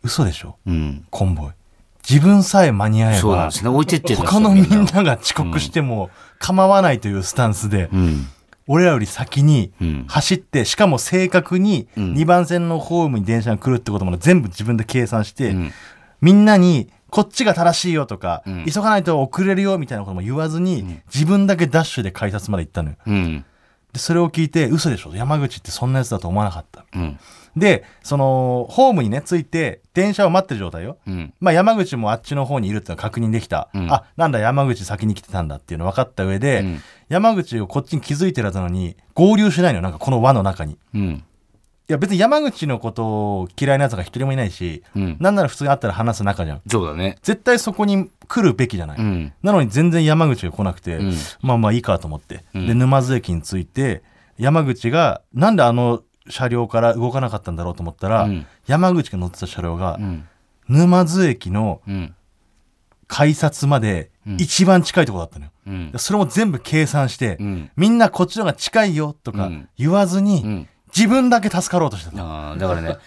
[SPEAKER 3] 嘘でしょ
[SPEAKER 2] うん
[SPEAKER 3] コンボイ自分さえ間に合え
[SPEAKER 2] そうなん
[SPEAKER 3] ば
[SPEAKER 2] ですね。置いてってるんです
[SPEAKER 3] 他
[SPEAKER 2] よ
[SPEAKER 3] のみん。なが遅刻しても構わないというスタンスで、
[SPEAKER 2] うん。
[SPEAKER 3] 俺らより先に
[SPEAKER 2] うん
[SPEAKER 3] 走って、しかも正確に
[SPEAKER 2] ん
[SPEAKER 3] 2番線のホームに電車が来るってことも全部自分で計算して、
[SPEAKER 2] うん
[SPEAKER 3] みんなにこっちが正しいよとか、
[SPEAKER 2] ん
[SPEAKER 3] 急がないと遅れるよみたいなことも言わずに、自分だけダッシュで改札まで行ったのよ。
[SPEAKER 2] うん。
[SPEAKER 3] で、それを聞いて、嘘でしょ山口ってそんなやつだと思わなかった。
[SPEAKER 2] うん。
[SPEAKER 3] で、その、ホームにね、着いて、電車を待ってる状態よ。
[SPEAKER 2] うん。
[SPEAKER 3] まあ、山口もあっちの方にいるっていうのは確認できた、
[SPEAKER 2] うん
[SPEAKER 3] あなんだ山口先に来てたんだっていうの分かった上で、
[SPEAKER 2] うん
[SPEAKER 3] 山口をこっちに気づいてるはずなのに合流しないのよなんかこの輪の中にい
[SPEAKER 2] うん。
[SPEAKER 3] や別に山口のことを嫌いなやつが一人もいないし、
[SPEAKER 2] うん。
[SPEAKER 3] なんなら普通に会ったら話す仲じゃん
[SPEAKER 2] そうだね。
[SPEAKER 3] 絶対そこに来るべきじゃない、
[SPEAKER 2] うん。
[SPEAKER 3] なのに全然山口が来なくて、
[SPEAKER 2] うん
[SPEAKER 3] まあまあいいかと思って、
[SPEAKER 2] ん
[SPEAKER 3] で沼津駅に着いて山口がなんであの車両から動かなかったんだろうと思ったら、
[SPEAKER 2] うん
[SPEAKER 3] 山口が乗ってた車両が、
[SPEAKER 2] うん。
[SPEAKER 3] 沼津駅の
[SPEAKER 2] うん。
[SPEAKER 3] 改札まで
[SPEAKER 2] うん
[SPEAKER 3] 一番近いところだったのよ、
[SPEAKER 2] うん。
[SPEAKER 3] それも全部計算して、
[SPEAKER 2] うん。
[SPEAKER 3] みんなこっちの方が近いよと
[SPEAKER 2] う
[SPEAKER 3] か
[SPEAKER 2] ん
[SPEAKER 3] 言わずに、
[SPEAKER 2] うん。
[SPEAKER 3] 自分だけ助かろうとしてたの、
[SPEAKER 2] ああ、だからね。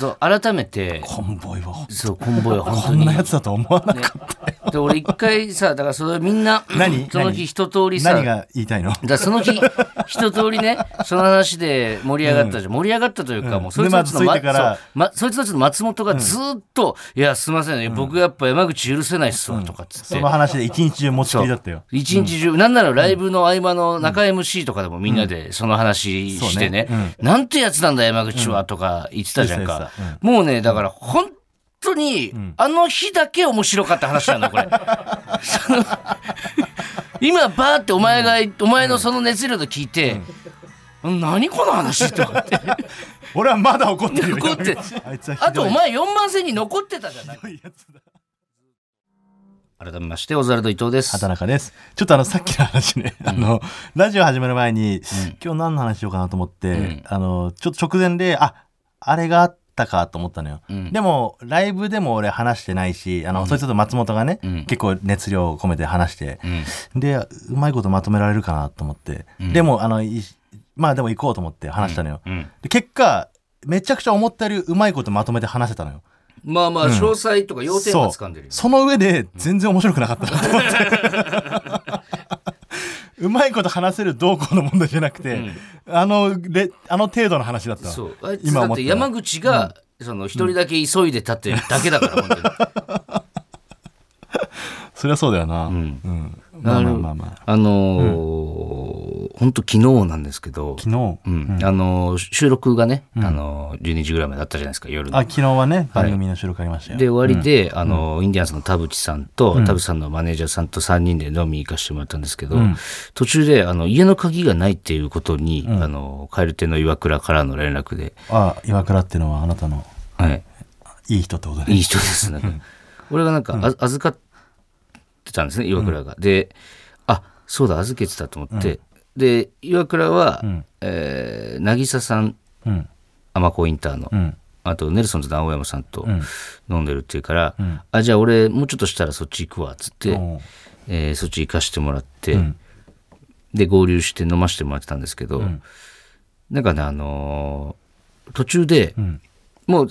[SPEAKER 2] そう改めて、
[SPEAKER 3] コンボイは
[SPEAKER 2] そう、コンボイは本
[SPEAKER 3] こ
[SPEAKER 2] 当
[SPEAKER 3] ん
[SPEAKER 2] に
[SPEAKER 3] な。やつだと思わなかっ
[SPEAKER 2] ねで、俺一回さ、だからそれみんな、
[SPEAKER 3] 何
[SPEAKER 2] その
[SPEAKER 3] 何
[SPEAKER 2] 日一通り
[SPEAKER 3] た
[SPEAKER 2] さ、
[SPEAKER 3] 何が言いたいの
[SPEAKER 2] だから
[SPEAKER 3] <laughs>
[SPEAKER 2] その日一通りねその話で盛り上がったじゃん、盛り上がったというか、
[SPEAKER 3] うん
[SPEAKER 2] もうそいつたちの,、
[SPEAKER 3] 沼津
[SPEAKER 2] ま
[SPEAKER 3] 着いてから
[SPEAKER 2] そうま、そいつたちの松本がずーっと「いやすいません、ね僕やっぱ山口許せないっすわ」とかっつって。
[SPEAKER 3] その話で一日中持ちきりだったよ
[SPEAKER 2] 一日中、なんならライブの合間の中 MC とかでもみんなでその話してね、
[SPEAKER 3] そうね
[SPEAKER 2] なんてやつなんだ山口はとか言ってたじゃん
[SPEAKER 3] 言
[SPEAKER 2] か
[SPEAKER 3] ってた言っ。
[SPEAKER 2] もうね、だから本当に、あの日だけ面白かった話なんだよ、 <laughs> これ。その今、バーってお前が、お前のその熱量で聞いて、何この話 <laughs> とかって。
[SPEAKER 3] 俺はまだ怒ってるよ
[SPEAKER 2] 怒って
[SPEAKER 3] あいつはひどい
[SPEAKER 2] あとお前4番線に残ってたじゃない。改めまして、オズワルド伊藤です。
[SPEAKER 3] 畑中ですちょっとあのさっきの話ね、あのラジオ始まる前に、今日何の話しようかなと思って、
[SPEAKER 2] ん
[SPEAKER 3] あのちょっと直前でああれがあったかと思ったのよ、
[SPEAKER 2] うん
[SPEAKER 3] でもライブでも俺話してないしあの、それちょっと松本がね、
[SPEAKER 2] うん
[SPEAKER 3] 結構熱量を込めて話して
[SPEAKER 2] う、ん
[SPEAKER 3] でうまいことまとめられるかなと思って、
[SPEAKER 2] うん
[SPEAKER 3] でもあのいまあでも行こうと思って話したのよ、
[SPEAKER 2] うん
[SPEAKER 3] で結果めちゃくちゃ思ったよりうまいことまとめて話せたのよ
[SPEAKER 2] まあまあ、詳細とか要点は掴んでるよ
[SPEAKER 3] そうその上で全然面白くなかったなと思って、
[SPEAKER 2] <laughs>
[SPEAKER 3] うまいこと話せるどうこうの問題じゃなくて、あのレあの程度の話だったわ
[SPEAKER 2] そうあいつ
[SPEAKER 3] 今
[SPEAKER 2] だ
[SPEAKER 3] 思
[SPEAKER 2] っ
[SPEAKER 3] った
[SPEAKER 2] て
[SPEAKER 3] ら
[SPEAKER 2] 山口が、その一人だけ急いで立ってるだけだから、本当に
[SPEAKER 3] そりゃそうだよな、
[SPEAKER 2] ん
[SPEAKER 3] うんまあまあまあまあ
[SPEAKER 2] あのー本当昨日なんですけど、
[SPEAKER 3] 昨日、
[SPEAKER 2] うんあのー収録がね、あのー12時ぐらいまでだったじゃないですか夜
[SPEAKER 3] あ
[SPEAKER 2] の。
[SPEAKER 3] 昨日はね番組の収録ありましたよ、
[SPEAKER 2] で終わりで、あのーインディアンスの田淵さんと、田淵さんのマネージャーさんと3人で飲み行かせてもらったんですけど、途中であの家の鍵がないっていうことに、あのー蛙亭の岩倉からの連絡で、
[SPEAKER 3] あ岩倉っていうのはあなたの
[SPEAKER 2] はい、
[SPEAKER 3] いい人ってことね
[SPEAKER 2] いい人です。なんか俺がなんか、あ預かってたんですね、岩倉が。で、あそうだ、預けてたと思って。で、岩倉は、えー渚さん、
[SPEAKER 3] うん
[SPEAKER 2] アマコインターの、
[SPEAKER 3] うん
[SPEAKER 2] あと、ネルソンズの青山さんと
[SPEAKER 3] ん
[SPEAKER 2] 飲んでるっていうから、あ、じゃあ俺、もうちょっとしたらそっち行くわ、っつって、
[SPEAKER 3] おう
[SPEAKER 2] えーそっち行かしてもらって、
[SPEAKER 3] ん
[SPEAKER 2] で、合流して飲ましてもらってたんですけど、なんかね、あのー途中で、
[SPEAKER 3] ん
[SPEAKER 2] もう、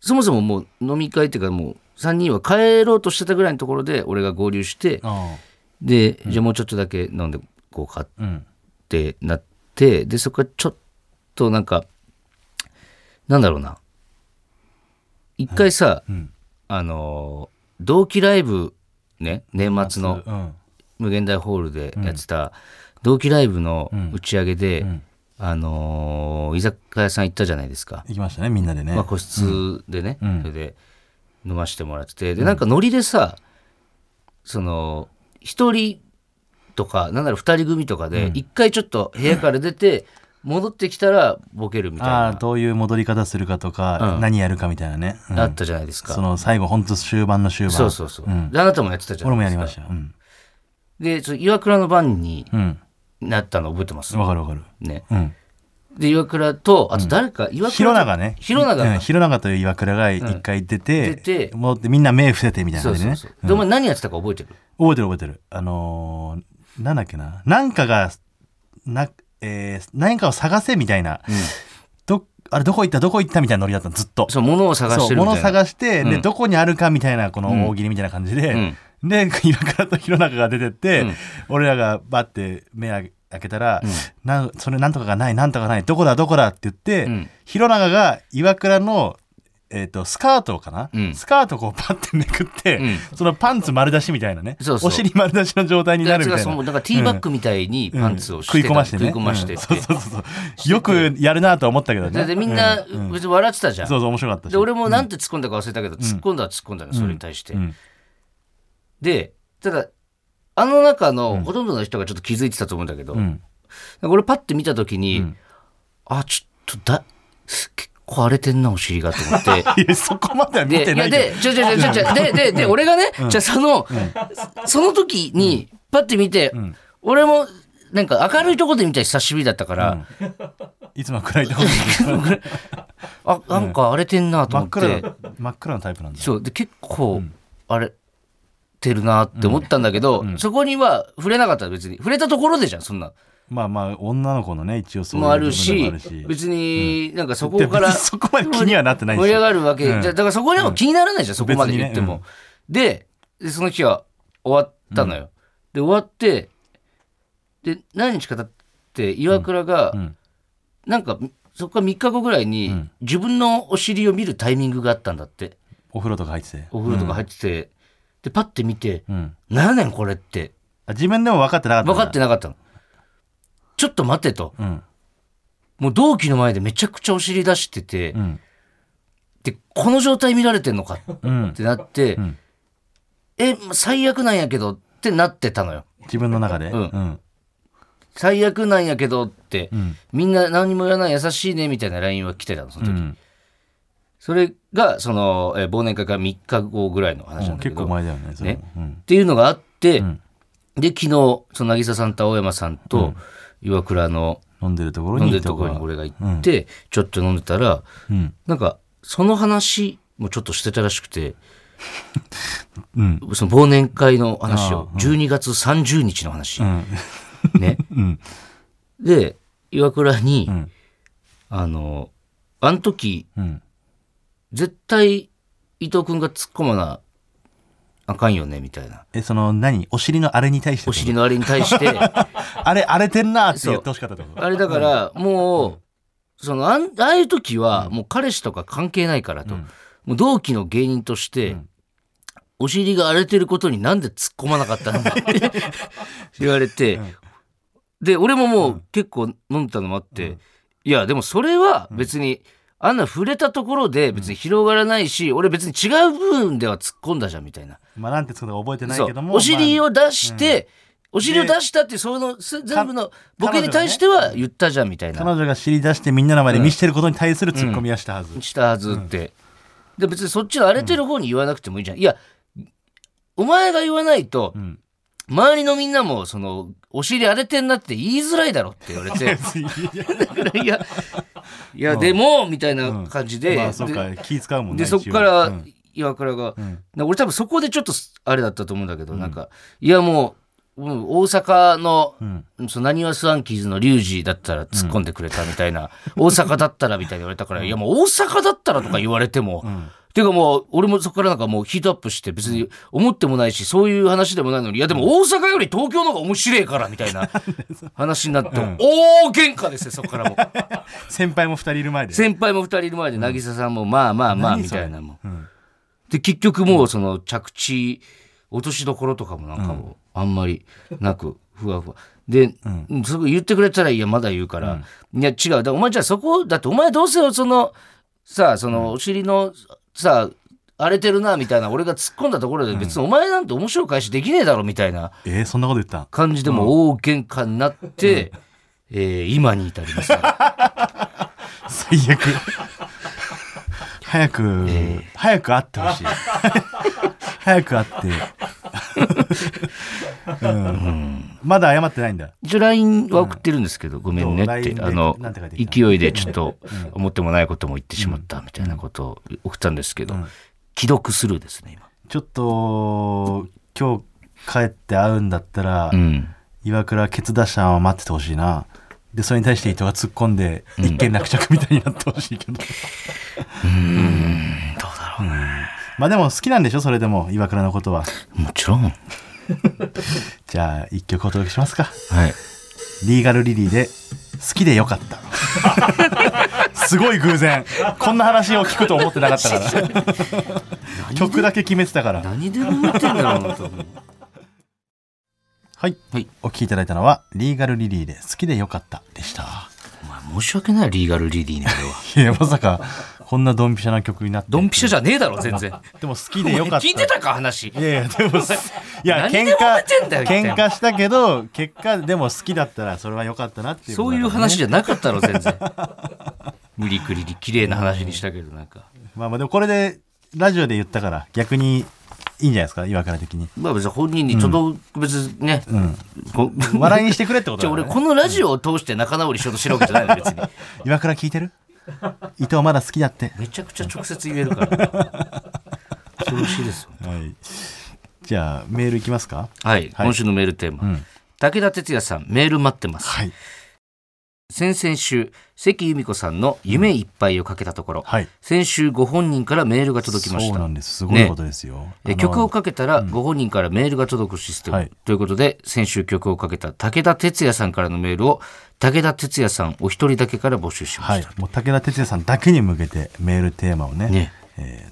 [SPEAKER 2] そもそももう飲み会っていうか、もう3人は帰ろうとしてたぐらいのところで、俺が合流して、
[SPEAKER 3] あ
[SPEAKER 2] で、じゃあもうちょっとだけ飲んでこうかっ
[SPEAKER 3] あうん
[SPEAKER 2] てなって、で、そこからちょっとなんか、なんだろうな、一回さ、
[SPEAKER 3] うん
[SPEAKER 2] あのー同期ライブ、ね、年末の、
[SPEAKER 3] うん
[SPEAKER 2] 無限大ホールでやってた同期ライブの打ち上げで、
[SPEAKER 3] ん
[SPEAKER 2] あのー居酒屋さん行ったじゃないですか、
[SPEAKER 3] 行きましたねみんなでね、
[SPEAKER 2] まあ、個室でね、
[SPEAKER 3] うん
[SPEAKER 2] それで飲ましてもらっててでなんかノリでさその一人とかなんなら二人組とかで一回ちょっと部屋から
[SPEAKER 3] <laughs>
[SPEAKER 2] 出て戻ってきたらボケるみたい
[SPEAKER 3] ああ
[SPEAKER 2] な
[SPEAKER 3] どういう戻り方するかとか、
[SPEAKER 2] うん
[SPEAKER 3] 何やるかみたいなね、うん
[SPEAKER 2] あったじゃないですか、
[SPEAKER 3] その最後本当終盤の終盤
[SPEAKER 2] そうそうそう、
[SPEAKER 3] ん
[SPEAKER 2] であなたもやってたじゃ
[SPEAKER 3] 俺も
[SPEAKER 2] な
[SPEAKER 3] や
[SPEAKER 2] い
[SPEAKER 3] り
[SPEAKER 2] ですか
[SPEAKER 3] ましたようん
[SPEAKER 2] でその岩倉の番に
[SPEAKER 3] うん
[SPEAKER 2] なったの覚えてます、
[SPEAKER 3] わかるわかる
[SPEAKER 2] ね
[SPEAKER 3] うん
[SPEAKER 2] で岩倉とあと誰か、岩倉と
[SPEAKER 3] 弘中ね
[SPEAKER 2] 弘中
[SPEAKER 3] う
[SPEAKER 2] が
[SPEAKER 3] ん、弘中という岩倉が一回出て,、
[SPEAKER 2] うん出て
[SPEAKER 3] 戻ってみんな目伏せてみたいな
[SPEAKER 2] そ
[SPEAKER 3] 感
[SPEAKER 2] う
[SPEAKER 3] じで
[SPEAKER 2] そ
[SPEAKER 3] ね
[SPEAKER 2] うそう、でお前何やってたか覚えてる
[SPEAKER 3] 覚えてる覚えてるあのーなんだっけななんかがな、えー何かを探せみたいな、どあれどこ行ったどこ行ったみたいなノリだったのずっと
[SPEAKER 2] そう物を探
[SPEAKER 3] そ
[SPEAKER 2] し
[SPEAKER 3] う
[SPEAKER 2] てるみ
[SPEAKER 3] 物
[SPEAKER 2] た
[SPEAKER 3] を
[SPEAKER 2] いな
[SPEAKER 3] 探して、
[SPEAKER 2] う
[SPEAKER 3] で
[SPEAKER 2] ん
[SPEAKER 3] どこにあるかみたいなこの大喜利みたいな感じで、で <laughs> 岩倉と弘中が出てって、
[SPEAKER 2] うん
[SPEAKER 3] 俺らがバッて目開けたら、なんそれなんとかがないなんとかがないどこだどこだって言って、
[SPEAKER 2] うん
[SPEAKER 3] 弘中が岩倉の、えー、とスカートかな、
[SPEAKER 2] うん
[SPEAKER 3] スカートをこうパッてめくって、
[SPEAKER 2] う
[SPEAKER 3] そのパンツ丸出しみたいなね
[SPEAKER 2] そうそう
[SPEAKER 3] お尻丸出しの状態にな
[SPEAKER 2] や
[SPEAKER 3] る
[SPEAKER 2] つ
[SPEAKER 3] みた
[SPEAKER 2] が
[SPEAKER 3] い
[SPEAKER 2] そ
[SPEAKER 3] な
[SPEAKER 2] の。なんかティーバッグみたいにパンツをしてた
[SPEAKER 3] 食い込ましてね
[SPEAKER 2] 食い込まして
[SPEAKER 3] う
[SPEAKER 2] っ
[SPEAKER 3] ん
[SPEAKER 2] て
[SPEAKER 3] そうそうそう
[SPEAKER 2] <laughs>
[SPEAKER 3] そうよくやるなとは思ったけど
[SPEAKER 2] で
[SPEAKER 3] ね
[SPEAKER 2] でみんな別に笑ってたじゃん、
[SPEAKER 3] そうそう面白かったし
[SPEAKER 2] で俺もなんて突っ込んだか忘れたけど、突っ込んだは突っ込んだのそれに対して、
[SPEAKER 3] うん
[SPEAKER 2] でただあの中のほとんどの人がちょっと気づいてたと思うんだけど、
[SPEAKER 3] うん
[SPEAKER 2] なんか俺パッて見た時に、あちょっとだ結構荒れてんなお尻がと思っ
[SPEAKER 3] <laughs>
[SPEAKER 2] て
[SPEAKER 3] いやそこまでは見
[SPEAKER 2] で
[SPEAKER 3] て
[SPEAKER 2] い
[SPEAKER 3] な
[SPEAKER 2] や
[SPEAKER 3] いけど
[SPEAKER 2] でちょちょちょちょちょででで俺がね、じゃあその、その時にパッて見て、俺もなんか明るいとこで見た久しぶりだったから、
[SPEAKER 3] いつもは暗いところ
[SPEAKER 2] <laughs>
[SPEAKER 3] に
[SPEAKER 2] あなんか荒れてんなと
[SPEAKER 3] 真
[SPEAKER 2] 思っ、
[SPEAKER 3] って暗な真っ暗なタイプなんだ
[SPEAKER 2] そうで結構あれてるなって思ったんだけど、そこには触れなかった別に触れたところでじゃんそんな
[SPEAKER 3] まあまあ女の子のね一応そういう
[SPEAKER 2] もある
[SPEAKER 3] 部
[SPEAKER 2] し
[SPEAKER 3] 分でもあるし
[SPEAKER 2] 別になんかそこから
[SPEAKER 3] で別にそこまで気にはなってないし
[SPEAKER 2] 盛り上がるわけ、
[SPEAKER 3] うん
[SPEAKER 2] じゃだからそこでも気にならないじゃん、そこまで言っても、ででその日は終わったのよ、で終わってで何日か経って岩倉が、
[SPEAKER 3] ん
[SPEAKER 2] なんかそこから3日後ぐらいに、自分のお尻を見るタイミングがあったんだって
[SPEAKER 3] お風呂とか入ってて
[SPEAKER 2] お風呂とか入ってて、でパッて見て
[SPEAKER 3] うん
[SPEAKER 2] 「何やねんこれ」って
[SPEAKER 3] あ自分でも分かってなかった
[SPEAKER 2] 分かって
[SPEAKER 3] な
[SPEAKER 2] なかったの。ちょっと待てと。
[SPEAKER 3] うん
[SPEAKER 2] もう同期の前でめちゃくちゃお尻出してて、
[SPEAKER 3] うん
[SPEAKER 2] で、この状態見られてんのかっ
[SPEAKER 3] うん
[SPEAKER 2] てなって、
[SPEAKER 3] ん
[SPEAKER 2] え、最悪なんやけどってなってたのよ。
[SPEAKER 3] 自分の中で
[SPEAKER 2] う
[SPEAKER 3] うんん
[SPEAKER 2] 最悪なんやけどって、
[SPEAKER 3] ん
[SPEAKER 2] みんな何も言わない優しいねみたいな LINE は来てたの、その
[SPEAKER 3] う
[SPEAKER 2] 時。
[SPEAKER 3] ん
[SPEAKER 2] それが、その、えー忘年会から3日後ぐらいの話なんだけ
[SPEAKER 3] 結
[SPEAKER 2] ど。
[SPEAKER 3] 構前だよねそれも
[SPEAKER 2] ね
[SPEAKER 3] うん
[SPEAKER 2] っていうのがあって、
[SPEAKER 3] ん
[SPEAKER 2] で、昨日、その渚さんと青山さんと岩倉の
[SPEAKER 3] 飲んでるところに
[SPEAKER 2] 飲んでるところに俺が行って、ちょっと飲んでたら、
[SPEAKER 3] うん
[SPEAKER 2] なんか、その話もちょっとしてたらしくて、
[SPEAKER 3] うん
[SPEAKER 2] その忘年会の話を、12月30日の話、
[SPEAKER 3] ん
[SPEAKER 2] ね。
[SPEAKER 3] ん
[SPEAKER 2] で、岩倉に、
[SPEAKER 3] ん
[SPEAKER 2] あの、あの時、
[SPEAKER 3] うん
[SPEAKER 2] 絶対伊藤君が突っ込まなあかんよね、みたいな。
[SPEAKER 3] えその何お尻のあれに対して
[SPEAKER 2] お尻のあれに対して、あ
[SPEAKER 3] あれ荒れてんなって言ってほしかったってこと
[SPEAKER 2] れだから、もう、そのあん、ああいう時は、もう彼氏とか関係ないからと。もう同期の芸人として、お尻が荒れてることになんで突っ込まなかったん <laughs> だって言われて、で俺ももう結構飲んでたのもあって、いやでもそれは別に、あんな触れたところで別に広がらないし、俺別に違う部分では突っ込んだじゃんみたいな。
[SPEAKER 3] まあなんてつうのか覚えてない
[SPEAKER 2] そ
[SPEAKER 3] け
[SPEAKER 2] う
[SPEAKER 3] ども
[SPEAKER 2] お尻
[SPEAKER 3] ま
[SPEAKER 2] を出して、お尻を出したっていうそのす全部のボケに対しては言ったじゃんみたい
[SPEAKER 3] あ
[SPEAKER 2] な。
[SPEAKER 3] 彼女が知り出してみんなの前で見してることに対するツッコミはしたは <laughs> ず
[SPEAKER 2] したはずって、で別にそっちの荒れてる方に言わなくてもいいじゃん、いやお前が言わないと、
[SPEAKER 3] ん
[SPEAKER 2] 周りのみんなもそのお尻荒れてんなって言いづらいだろって言われ
[SPEAKER 3] <laughs>
[SPEAKER 2] てだからいやいやでも、みたいな感じで、
[SPEAKER 3] まあそう
[SPEAKER 2] で
[SPEAKER 3] か気使うもんね
[SPEAKER 2] でそっ
[SPEAKER 3] 一応
[SPEAKER 2] から
[SPEAKER 3] うん
[SPEAKER 2] 岩倉が、
[SPEAKER 3] ん
[SPEAKER 2] な俺多分そこでちょっとあれだったと思うんだけど、なんかいやもう、うん大阪の
[SPEAKER 3] ん
[SPEAKER 2] そのなにわスワンキーズのリュウジだったら突っ込んでくれたみたいな、大阪だったらみたいに言われたから、いやもう大阪だったらとか言われても、ていうかもう俺もそこからなんかもうヒートアップして別に思ってもないしそういう話でもないのにいやでも大阪より東京の方が面白いからみたい <laughs> な話になって、大喧嘩ですよそこ <laughs> からもう。
[SPEAKER 3] 先輩も二人いる前で
[SPEAKER 2] 先輩も2人いる前で渚さんもまあまあまあ
[SPEAKER 3] 何
[SPEAKER 2] み
[SPEAKER 3] そ
[SPEAKER 2] た
[SPEAKER 3] れ
[SPEAKER 2] いなもん、で結局もうその着地落としどころとかもなんかもうあんまりなくふわふわで、うん、そこ言ってくれたらいやまだ言うから、いや違うだからお前じゃあそこだってお前どうせそのさあそのお尻のさあ荒れてるなみたいな俺が突っ込んだところで別にお前なんて面白い返しできねえだろみたいな
[SPEAKER 3] えーそんなこと言った
[SPEAKER 2] 感じでもう大喧嘩になって、えー今に至ります
[SPEAKER 3] 最悪早く早く会ってほし <laughs> い早く会ってうんまだ謝ってないんだ
[SPEAKER 2] 一応 LINE は送ってるんですけど、ごめんね
[SPEAKER 3] どう
[SPEAKER 2] って
[SPEAKER 3] LINE で
[SPEAKER 2] あの
[SPEAKER 3] なんて書いてきた
[SPEAKER 2] 勢いでちょっと思ってもないことも言ってしまったみたいなことを送ったんですけど、既読スルーですね今、
[SPEAKER 3] ちょっと今日帰って会うんだったら
[SPEAKER 2] うん、
[SPEAKER 3] 岩倉ケツ出したまま待っててほしいなでそれに対して人が突っ込んで一件落着みたいになってほしいけど、
[SPEAKER 2] どうだろうね。
[SPEAKER 3] まあでも好きなんでしょそれでも岩倉のことは
[SPEAKER 2] もちろん。はい。
[SPEAKER 3] じゃあ一曲お届けしますかリーガルリリーで好きでよかったすごい偶然こんな話を聞くと思ってなかったから曲だけ決めてたから
[SPEAKER 2] 何でも見てんだろうなと思う。
[SPEAKER 3] はい
[SPEAKER 2] はい。
[SPEAKER 3] お聴きいただいたのはリーガルリリーで好きでよかったでした
[SPEAKER 2] お前申し訳ないリーガルリリーに俺
[SPEAKER 3] い
[SPEAKER 2] は。
[SPEAKER 3] やまさかこんなドンピシャな曲になって
[SPEAKER 2] <laughs> ドンピシャじゃねえだろ全然。
[SPEAKER 3] でも好きでよかった
[SPEAKER 2] 聞いてたか話。
[SPEAKER 3] いやいやでもいや
[SPEAKER 2] 何で
[SPEAKER 3] 喧
[SPEAKER 2] も
[SPEAKER 3] 嘩
[SPEAKER 2] めてんだよ
[SPEAKER 3] 喧嘩したけど結果でも好きだったらそれは良かったなっていうこと
[SPEAKER 2] そう
[SPEAKER 3] だ
[SPEAKER 2] い
[SPEAKER 3] からね
[SPEAKER 2] う話じゃなかったろ全然。 <laughs> 無理くりに綺麗な話にしたけどなんか。
[SPEAKER 3] まあまあでもこれでラジオで言ったから逆にいいんじゃないですか岩倉的に
[SPEAKER 2] まあ別に本人に届く別にね。こ
[SPEAKER 3] 笑いにしてくれってこと
[SPEAKER 2] じゃ
[SPEAKER 3] だ
[SPEAKER 2] あ
[SPEAKER 3] から
[SPEAKER 2] 俺
[SPEAKER 3] ね
[SPEAKER 2] このラジオを通して仲直りしようとしてるわけじゃないの別に。
[SPEAKER 3] 岩倉聞いて <laughs> る伊藤まだ好きだって
[SPEAKER 2] めちゃくちゃ直接言えるから。恐ろしいですよ。
[SPEAKER 3] はいじゃあメールいきますか
[SPEAKER 2] はい、今週のメールテーマ、
[SPEAKER 3] うん
[SPEAKER 2] 武田鉄矢さんメール待ってます、
[SPEAKER 3] はい
[SPEAKER 2] 先々週関由美子さんの「夢いっぱい」をかけたところ、
[SPEAKER 3] はい
[SPEAKER 2] 先週ご本人からメールが届きまし
[SPEAKER 3] そうな
[SPEAKER 2] た
[SPEAKER 3] んですすごいことですよ、あ
[SPEAKER 2] え
[SPEAKER 3] の
[SPEAKER 2] 曲をかけたらご本人からメールが届くシステム、
[SPEAKER 3] はい
[SPEAKER 2] ということで先週曲をかけた武田鉄矢さんからのメールを武田鉄矢さんお一人だけから募集しま
[SPEAKER 3] は
[SPEAKER 2] し
[SPEAKER 3] い
[SPEAKER 2] た、、
[SPEAKER 3] もう武田鉄矢さんだけに向けてメールテーマをね
[SPEAKER 2] ね
[SPEAKER 3] え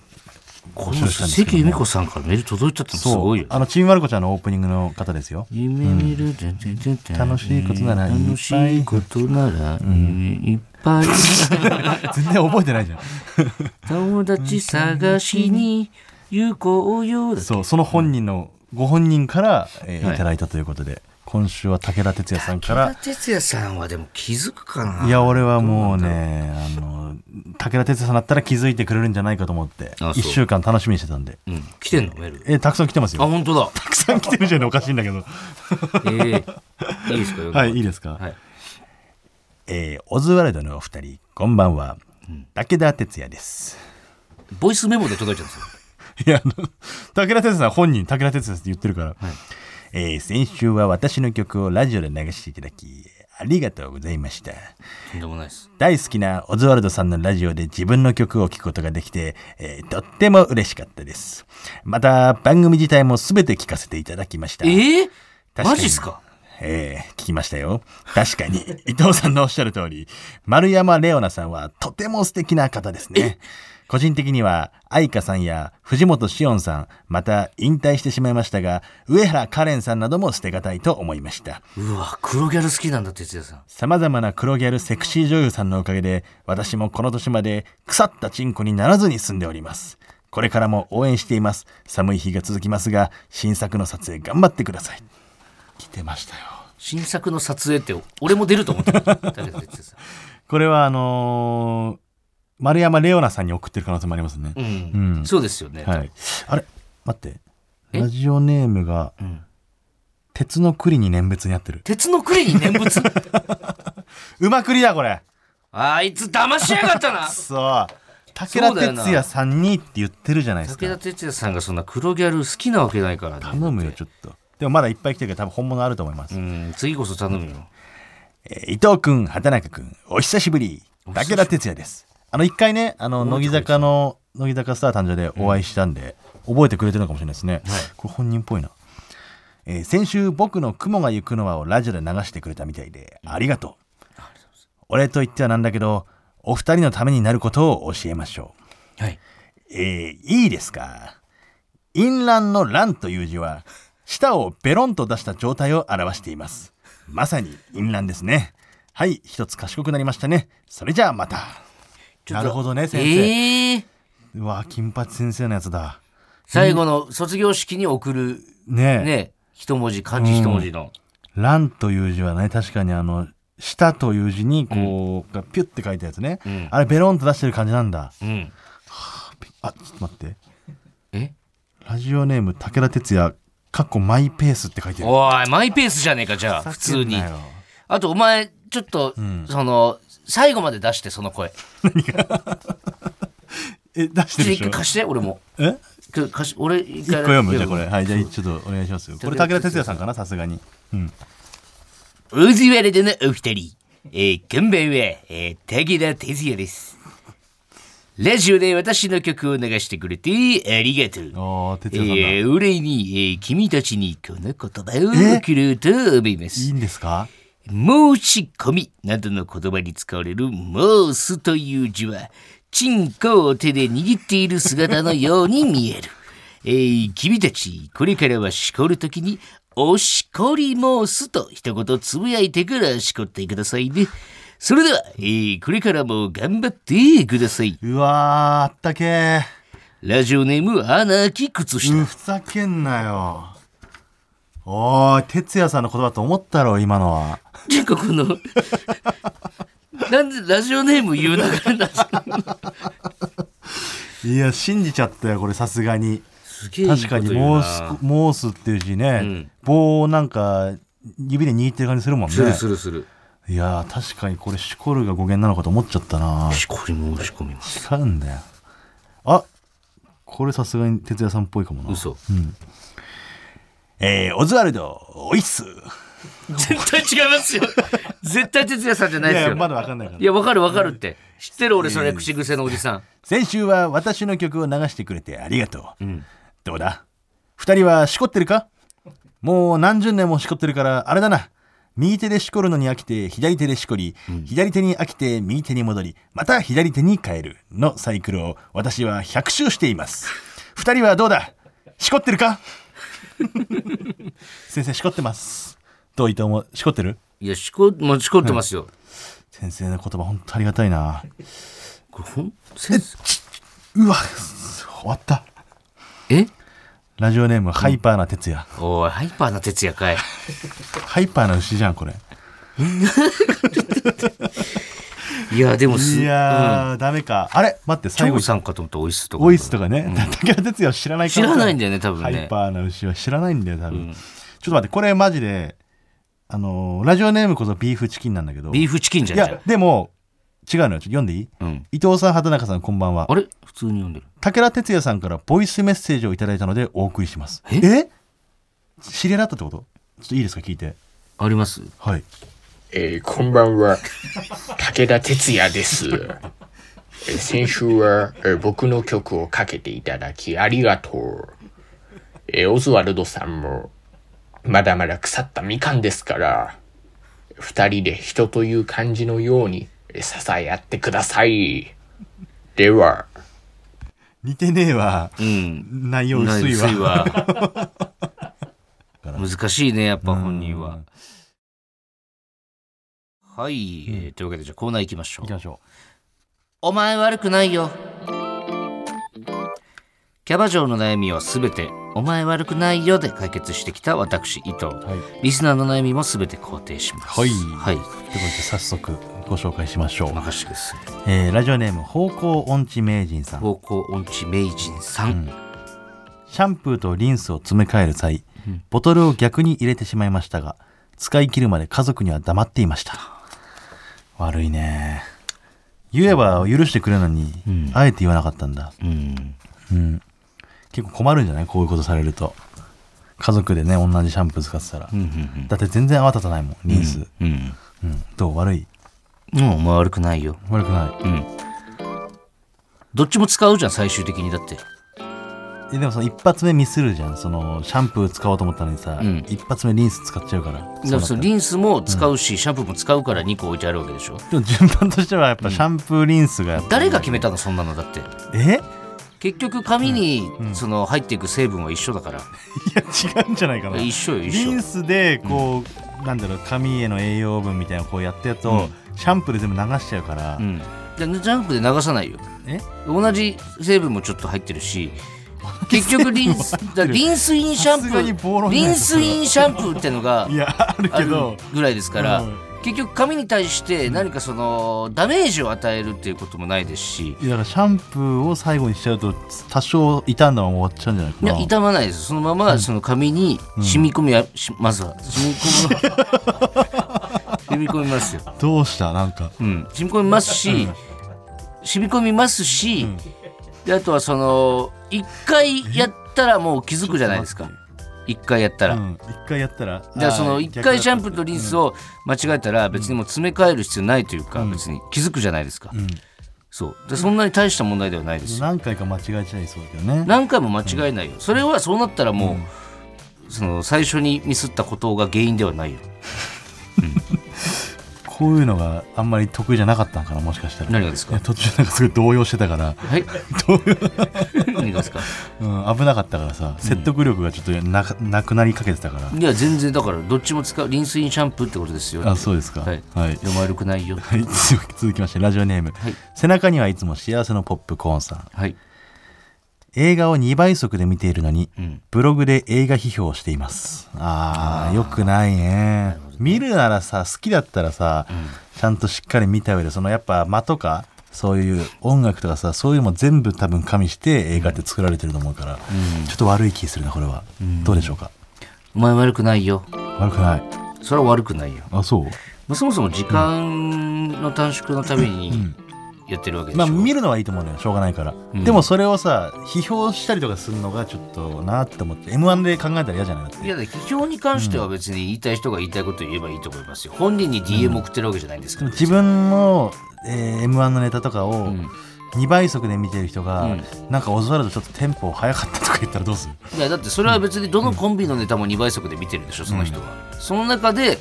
[SPEAKER 2] こ
[SPEAKER 3] 募
[SPEAKER 2] の
[SPEAKER 3] 集したんですけどね
[SPEAKER 2] 関由美子さんからメール届いたって
[SPEAKER 3] ー
[SPEAKER 2] すごいよね
[SPEAKER 3] そうあのちびまる子ちゃんのオープニングの方ですよ
[SPEAKER 2] 夢見る、てんてんてんてん
[SPEAKER 3] 楽しいことならいっぱい
[SPEAKER 2] 楽しいことならいっぱい、
[SPEAKER 3] <laughs> 全然覚えてないじゃん
[SPEAKER 2] 友達探しに行こうよ。
[SPEAKER 3] そうその本人のご本人から、えー
[SPEAKER 2] はい
[SPEAKER 3] い、ただいたということで今週は武田鉄矢さんから
[SPEAKER 2] 哲也さんはでも気づくかない
[SPEAKER 3] や俺はもうねあの武田鉄矢さんだったら気づいてくれるんじゃないかと思って
[SPEAKER 2] あそう
[SPEAKER 3] 1週間楽しみにしてたんで、
[SPEAKER 2] うん、来てんのメール。
[SPEAKER 3] えーたくさん来てます
[SPEAKER 2] あ、
[SPEAKER 3] よ
[SPEAKER 2] 本当だ。
[SPEAKER 3] たくさん来てるじゃんおかしいんだけど
[SPEAKER 2] ええいいですか
[SPEAKER 3] はいいい
[SPEAKER 2] い。
[SPEAKER 3] ですか、
[SPEAKER 2] はい。
[SPEAKER 3] えーオズワルドのお二人こんばんは武田鉄矢です
[SPEAKER 2] ボイスメモで届いちゃうんですよ。
[SPEAKER 3] いや、あの武田鉄矢さん本人、武田鉄矢ですって言ってるから、えー先週は私の曲をラジオで流していただき、ありがとうございました。
[SPEAKER 2] とんでもないです。
[SPEAKER 3] 大好きなオズワルドさんのラジオで自分の曲を聴くことができて、えーとっても嬉しかったです。また、番組自体も全て聴かせていただきました。
[SPEAKER 2] ええ
[SPEAKER 3] 確に
[SPEAKER 2] マジっすか
[SPEAKER 3] ええ聞きましたよ。確かに、伊藤さんのおっしゃる通り、丸山レオナさんはとても素敵な方ですね。個人的には、愛花さんや藤本紫音さん、また引退してしまいましたが、上原カレンさんなども捨てがたいと思いました。
[SPEAKER 2] うわ、黒ギャル好きなんだ、哲也さん。
[SPEAKER 3] 様々な黒ギャルセクシー女優さんのおかげで、私もこの年まで腐ったチンコにならずに済んでおります。これからも応援しています。寒い日が続きますが、新作の撮影頑張ってください。来てましたよ。
[SPEAKER 2] 新作の撮影って、俺も出ると思ってた。武田鉄矢さん。
[SPEAKER 3] これはあのー丸山レオナさんに送ってる可能性もありますね。
[SPEAKER 2] うん。
[SPEAKER 3] うん
[SPEAKER 2] そうですよね。
[SPEAKER 3] はい。あれ待って。
[SPEAKER 2] え
[SPEAKER 3] ラジオネームが、
[SPEAKER 2] ん
[SPEAKER 3] 鉄の栗に念仏に合ってる。
[SPEAKER 2] 鉄の栗に念仏。
[SPEAKER 3] うまくりだ、これ。
[SPEAKER 2] <laughs> あいつ騙しやがったな。
[SPEAKER 3] そう。
[SPEAKER 2] そ
[SPEAKER 3] 武
[SPEAKER 2] うだよ
[SPEAKER 3] 田
[SPEAKER 2] な
[SPEAKER 3] 鉄矢さんにって言ってるじゃないです
[SPEAKER 2] <laughs> 武田
[SPEAKER 3] か。
[SPEAKER 2] 鉄矢さんがそんな黒ギャル好きなわけないからね。
[SPEAKER 3] 頼むよ、ちょっと。でもまだいっぱい来てるから多分本物あると思います。
[SPEAKER 2] うん、次こそ頼むよ。
[SPEAKER 3] えー伊藤君、畑中君、お久しぶり。武田鉄矢です。あの、一回ね、あの、乃木坂の、乃木坂スター誕生でお会いしたんで、覚えてくれてるのかもしれないですね。これ本人っぽいな。えー先週、僕の雲が行くのはをラジオで流してくれたみたいで、ありがとう。俺と言ってはなんだけど、お二人のためになることを教えましょう。
[SPEAKER 2] はい。
[SPEAKER 3] えーいいですか淫乱の乱という字は舌をベロンと出した状態を表していますまさに淫乱ですねはい一つ賢くなりましたねそれじゃあまた
[SPEAKER 2] ちょっ
[SPEAKER 3] な
[SPEAKER 2] と
[SPEAKER 3] るほどね先生、
[SPEAKER 2] ええ
[SPEAKER 3] うわ金八先生のやつだ
[SPEAKER 2] 最後の卒業式に送る、
[SPEAKER 3] ねえ
[SPEAKER 2] ね、一文字、漢字一文字の。
[SPEAKER 3] 乱という字はね確かにあの舌という字にこう、がピュッて書いたやつね、
[SPEAKER 2] ん
[SPEAKER 3] あれベロンと出してる感じなんだ
[SPEAKER 2] うん。
[SPEAKER 3] あちょっと待って
[SPEAKER 2] え
[SPEAKER 3] ラジオネーム武田鉄矢かっこマイペースって書いてある
[SPEAKER 2] おい、マイペースじゃねえか、じゃあ、普通に。あと、お前、ちょっと、その、最後まで出して、その声。
[SPEAKER 3] え出してる
[SPEAKER 2] ちょ
[SPEAKER 3] で
[SPEAKER 2] 一
[SPEAKER 3] しょ
[SPEAKER 2] 回貸して、俺も。
[SPEAKER 3] え
[SPEAKER 2] ちょ貸し、俺、一
[SPEAKER 3] 一個
[SPEAKER 2] 回。
[SPEAKER 3] 読むじゃあこれ。はい、じゃあちょっとお願いしますよ。これ武
[SPEAKER 2] 武
[SPEAKER 3] 田
[SPEAKER 2] 田
[SPEAKER 3] 鉄
[SPEAKER 2] 鉄
[SPEAKER 3] 矢
[SPEAKER 2] 矢
[SPEAKER 3] さんかな、さすがに。
[SPEAKER 2] オズワルドのお二人、えー、こんばんは、えー、武田哲也です。ラジオで私の曲を流してくれてありがとう。
[SPEAKER 3] ああ、哲
[SPEAKER 2] え
[SPEAKER 3] 也さんだ。
[SPEAKER 2] ー、お礼に、えー君たちにこの言葉を送ろうと思いま
[SPEAKER 3] い
[SPEAKER 2] す
[SPEAKER 3] い。んですか
[SPEAKER 2] 申し込みなどの言葉に使われる「申す」という字はチンコを手で握っている姿のように見える。 <laughs> えー君たちこれからはしこるときに「おしこり申す」と一言つぶやいてからしこってくださいね。それでは、えーこれからも頑張ってください。
[SPEAKER 3] うわー、あったけー。
[SPEAKER 2] ラジオネームアナキ靴下。
[SPEAKER 3] うふざけんなよ。おーい、哲也さんの言葉だと思ったろ、今のは。
[SPEAKER 2] 全国の <laughs> なんでラジオネーム言うながらなんですか
[SPEAKER 3] いや、信じちゃったよ、これ、さすがに。
[SPEAKER 2] すげえいいこと
[SPEAKER 3] 確かに、
[SPEAKER 2] 言う
[SPEAKER 3] モ
[SPEAKER 2] な
[SPEAKER 3] ース、モースっていう字ね、
[SPEAKER 2] ん
[SPEAKER 3] 棒をなんか、指で握ってる感じするもんね。
[SPEAKER 2] するするする。
[SPEAKER 3] いやー、確かにこれ、シコルが語源なのかと思っちゃったな。
[SPEAKER 2] しこり申し込みます。
[SPEAKER 3] 違うんだよ。あこれさすがに哲也さんっぽいかもな。
[SPEAKER 2] 嘘。
[SPEAKER 3] えー、オズワルド、おいっす。
[SPEAKER 2] 絶対違いますよ。 <laughs> 絶対哲也さんじゃない
[SPEAKER 3] い
[SPEAKER 2] です
[SPEAKER 3] や、
[SPEAKER 2] よ。
[SPEAKER 3] まだわかんないから
[SPEAKER 2] い。や、わかるわかるって。知ってる俺、それ、口癖のおじさん。
[SPEAKER 3] 先週は私の曲を流してくれてありがとう。どうだ二人はしこってるかもう何十年もしこってるから、あれだな。右手でしこるのに飽きて、左手でしこり、左手に飽きて、右手に戻り、また左手に変えるのサイクルを私は100周しています。二人はどうだしこってるか先生、しこってます。どう伊藤もしこってる
[SPEAKER 2] いや、しこ、まあ、しこってますよ。
[SPEAKER 3] 先生の言葉、本当ありがたいな。
[SPEAKER 2] これ、ほん、先生
[SPEAKER 3] うわ、終わった。
[SPEAKER 2] え
[SPEAKER 3] ラジオネーム、ハイパーな哲也。
[SPEAKER 2] おい、ハイパーな哲也かい。
[SPEAKER 3] ハイパーな牛じゃん、これ。
[SPEAKER 2] いや、でもす、
[SPEAKER 3] いやー、ダメか。あれ待って、最後
[SPEAKER 2] 長
[SPEAKER 3] に。
[SPEAKER 2] さんかと思ったらおいすとか。
[SPEAKER 3] オイスとかね。武田鉄矢は知らない
[SPEAKER 2] 知らないんだよね、多分
[SPEAKER 3] ハイ
[SPEAKER 2] ね。
[SPEAKER 3] パーな牛は知らないんだよ、多分。ちょっと待って、これマジで、あのー、ラジオネームこそビーフチキンなんだけど。
[SPEAKER 2] ビー
[SPEAKER 3] フ
[SPEAKER 2] フチキンじ
[SPEAKER 3] い
[SPEAKER 2] ゃんじゃ
[SPEAKER 3] や、でも、違うのよ。ちょっと読んでいい
[SPEAKER 2] んうん。
[SPEAKER 3] 伊藤さん、畑中さん、こんばんは
[SPEAKER 2] あ。れ普通に読んでる。
[SPEAKER 3] 武田鉄矢さんからボイスメッセージをいただいたのでお送りします。
[SPEAKER 2] え
[SPEAKER 3] 知り合いだったってことちょっといいですか、聞いて。
[SPEAKER 2] あります
[SPEAKER 3] はい。
[SPEAKER 4] えーこんばんは。武田鉄矢です。えー先週は、えー僕の曲をかけていただきありがとう。えーオズワルドさんも、まだまだ腐ったみかんですから、二人で人という感じのようにえー支え合ってください。では、
[SPEAKER 3] 似てねえわ。
[SPEAKER 2] うん。
[SPEAKER 3] 内容薄いわ。
[SPEAKER 2] 薄いわ
[SPEAKER 3] <laughs>
[SPEAKER 2] 難しいねやっぱ本人ははい、えーというわけでじゃあコーナー行きましょ
[SPEAKER 3] 行き
[SPEAKER 2] う
[SPEAKER 3] ましょ
[SPEAKER 2] お前悪くないよキャバ嬢の悩みはすべて「お前悪くないよ」で解決してきた私伊藤、
[SPEAKER 3] う。はい。
[SPEAKER 2] リスナーの悩みもすべて肯定します
[SPEAKER 3] はい
[SPEAKER 2] はい
[SPEAKER 3] ということで早速ご紹介しましょう
[SPEAKER 2] お、任せです
[SPEAKER 3] えーラジオネーム方向音痴名人さん
[SPEAKER 2] 方向音痴名人さん、
[SPEAKER 3] シャンプーとリンスを詰め替える際ボトルを逆に入れてしまいましたが使い切るまで家族には黙っていました悪いね言えば許してくれるのに、あえて言わなかったんだ
[SPEAKER 2] うん
[SPEAKER 3] 結構困るんじゃないこういうことされると家族でね同じシャンプー使ってたら、
[SPEAKER 2] うん
[SPEAKER 3] だって全然泡立たないもんリンス、
[SPEAKER 2] うんうん
[SPEAKER 3] うんどう悪い
[SPEAKER 2] うんお前悪くないよ
[SPEAKER 3] 悪くな
[SPEAKER 2] うん。どっちも使うじゃん、最終的に。だって。
[SPEAKER 3] いえでもその一発目ミスるじゃんそのシャンプー使おうと思ったのにさ、
[SPEAKER 2] うん
[SPEAKER 3] 一発目リンス使っちゃうから
[SPEAKER 2] だからそのリンスも使うし、シャンプーも使うから2個置いてあるわけでしょ。
[SPEAKER 3] でも順番としてはやっぱシャンプーリンスが、
[SPEAKER 2] 誰が決めたの、そんなのだって。
[SPEAKER 3] えいや <laughs>
[SPEAKER 2] 結局、髪にその入っていく成分は一緒だから。
[SPEAKER 3] 違うんじゃないかな
[SPEAKER 2] 一緒よ、一
[SPEAKER 3] リ
[SPEAKER 2] 緒
[SPEAKER 3] ン。スでこう、なんだろう髪への栄養分みたいなのこうやってやると、シャンプーで全部流しちゃうから、
[SPEAKER 2] うん。じゃあ、ジャンプで流さないよ。
[SPEAKER 3] え
[SPEAKER 2] 同じ成分もちょっと入ってるし。結局リ
[SPEAKER 3] <laughs>
[SPEAKER 2] ンス、だからリンスインシャンプ
[SPEAKER 3] さすがに暴
[SPEAKER 2] ー、
[SPEAKER 3] 論だ
[SPEAKER 2] リ
[SPEAKER 3] よ
[SPEAKER 2] ンスインシャンプーってのが
[SPEAKER 3] いやある
[SPEAKER 2] あ
[SPEAKER 3] け
[SPEAKER 2] る
[SPEAKER 3] ど
[SPEAKER 2] ぐらいですから、
[SPEAKER 3] うん
[SPEAKER 2] 結局髪に対して何かそのダメージを与えるっていうこともないですし、
[SPEAKER 3] いやだからシャンプーを最後にしちゃうと多少傷んだまま終わっちゃうんじゃないか
[SPEAKER 2] いや
[SPEAKER 3] な
[SPEAKER 2] 傷まないですそのままその髪に染み込みや、しまずは染
[SPEAKER 3] <laughs>
[SPEAKER 2] み込む染み込みますよ、
[SPEAKER 3] どうしたなんか
[SPEAKER 2] うん、染み込みますし染み込みますし、であとはその一回やったらもう気づくじゃないですか一回やったら、
[SPEAKER 3] うん一回やったら
[SPEAKER 2] じゃあその一回シャンプーとリンス、
[SPEAKER 3] あー
[SPEAKER 2] を間違えたら別にもう詰め替える必要ないというか別に気づくじゃないですか、そうでそんなに大した問題ではないですよ
[SPEAKER 3] 逆だったんですね何回か間違えちゃいそうだけどね
[SPEAKER 2] 何回も間違えないよそれはそうなったらもう、その最初にミスったことが原因ではないよ
[SPEAKER 3] こういうのがあんまり得意じゃなかったのかなもしかしたら
[SPEAKER 2] 何がですか
[SPEAKER 3] いや途中なんかすごい動揺してたから、
[SPEAKER 2] はい <laughs> 何がですか
[SPEAKER 3] うん、危なかったからさ説得力がちょっとなくなくなりかけてたから、
[SPEAKER 2] いや全然だからどっちも使うリンスインシャンプーってことですよ
[SPEAKER 3] あそうですか
[SPEAKER 2] はい、
[SPEAKER 3] はい
[SPEAKER 2] いや悪くないよ
[SPEAKER 3] はい、続きましてラジオネーム、
[SPEAKER 2] はい
[SPEAKER 3] 背中にはいつも幸せのポップコーンさん
[SPEAKER 2] はい
[SPEAKER 3] 映画を2倍速で見ているのに、
[SPEAKER 2] ん
[SPEAKER 3] ブログで映画批評をしていますああよくないね見るならさ好きだったらさ、ちゃんとしっかり見た上でそのやっぱ間とかそういう音楽とかさそういうのも全部多分加味して映画って作られてると思うから、ちょっと悪い気するなこれは、どうでしょうか
[SPEAKER 2] お前悪くないよ
[SPEAKER 3] 悪くない
[SPEAKER 2] それは悪くないよ
[SPEAKER 3] あそう
[SPEAKER 2] まあそもそも時間の短縮のためにやってるわけでし
[SPEAKER 3] ま
[SPEAKER 2] ょ、
[SPEAKER 3] あ見るのはいいと思うのよしょうがないから、でもそれをさ批評したりとかするのがちょっとなって思って m 1で考えたら嫌じゃないだって
[SPEAKER 2] いやだから批評に関しては別に言いたい人が言いたいことを言えばいいと思いますよ。本人に DM 送ってるわけじゃないんです
[SPEAKER 3] で
[SPEAKER 2] か
[SPEAKER 3] も
[SPEAKER 2] ら。
[SPEAKER 3] 自分の、え m 1のネタとかを
[SPEAKER 2] ん
[SPEAKER 3] 2倍速で見てる人が、
[SPEAKER 2] うん
[SPEAKER 3] なんかオズワルドちょっとテンポ早かったとか言ったらどうする
[SPEAKER 2] いやだってそれは別にどのコンビのネタも2倍速で見てるでしょ、その人は。その中で、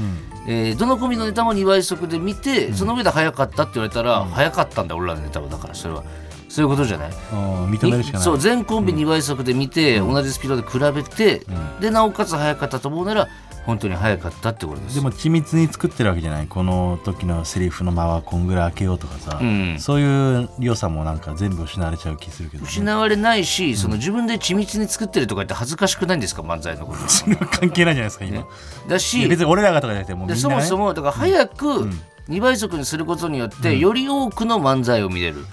[SPEAKER 2] えーどのコンビのネタも2倍速で見て、その上で早かったって言われたら、早かったんだ、俺らのネタは。だからそれは。そういうことじゃない
[SPEAKER 3] うん認めるしかない
[SPEAKER 2] そう全コンビ2倍速で見て、同じスピードで比べて、でなおかつ早かったと思うなら本当に早かったってことです
[SPEAKER 3] でも緻密に作ってるわけじゃないこの時のセリフの間はこんぐらい開けようとかさ、
[SPEAKER 2] うん
[SPEAKER 3] そういう良さもなんか全部失われちゃう気するけどね、
[SPEAKER 2] 失われないし、その自分で緻密に作ってるとか言って恥ずかしくないんですか漫
[SPEAKER 3] <laughs>
[SPEAKER 2] 才のこと
[SPEAKER 3] 関係ないじゃないですか今、
[SPEAKER 2] だ
[SPEAKER 3] いや
[SPEAKER 2] し
[SPEAKER 3] 別に俺らがとかじゃなくてもうみ
[SPEAKER 2] で
[SPEAKER 3] んな、ね、
[SPEAKER 2] そもそもだから早く2倍速にすることによって、より多くの漫才を見れる、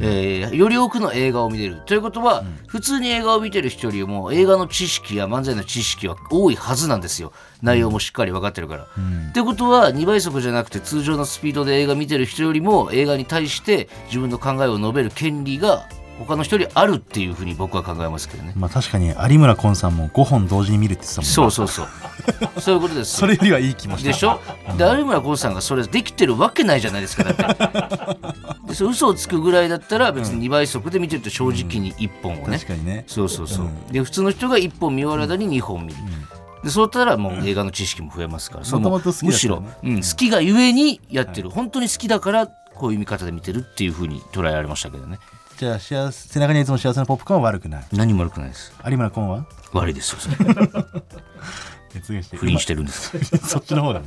[SPEAKER 2] えーより多くの映画を見れるということは、普通に映画を見てる人よりも映画の知識や漫才の知識は多いはずなんですよ内容もしっかり分かってるから。ってことは2倍速じゃなくて通常のスピードで映画見てる人よりも映画に対して自分の考えを述べる権利が他の人よりあるっていうふうに僕は考えますけどね。
[SPEAKER 3] まあ確かに有村昆さんも5本同時に見るって言ってたもんね
[SPEAKER 2] そうそうそうそういうことですよ
[SPEAKER 3] それよりはいい気もした
[SPEAKER 2] でしょで有村昆さんがそれできてるわけないじゃないですか
[SPEAKER 3] <laughs>
[SPEAKER 2] だってでそれ嘘をつくぐらいだったら別に2倍速で見てると正直に1本をね、
[SPEAKER 3] 確かにね
[SPEAKER 2] そうそうそう、で普通の人が1本見終わる間に2本見る、でそうやったらもう映画の知識も増えますから、それも
[SPEAKER 3] 元々好きだ
[SPEAKER 2] む
[SPEAKER 3] った
[SPEAKER 2] し
[SPEAKER 3] らね
[SPEAKER 2] ろ、うん、好きがゆえにやってる、本当に好きだからこういう見方で見てるっていうふうに捉えられましたけどね
[SPEAKER 3] じゃあ幸せ背中にいつも幸せのポップコーンは悪くない
[SPEAKER 2] 何も悪くないです
[SPEAKER 3] 有村昆は
[SPEAKER 2] 悪いですよそれ不倫しててるんです
[SPEAKER 3] <laughs> そっちの方だね、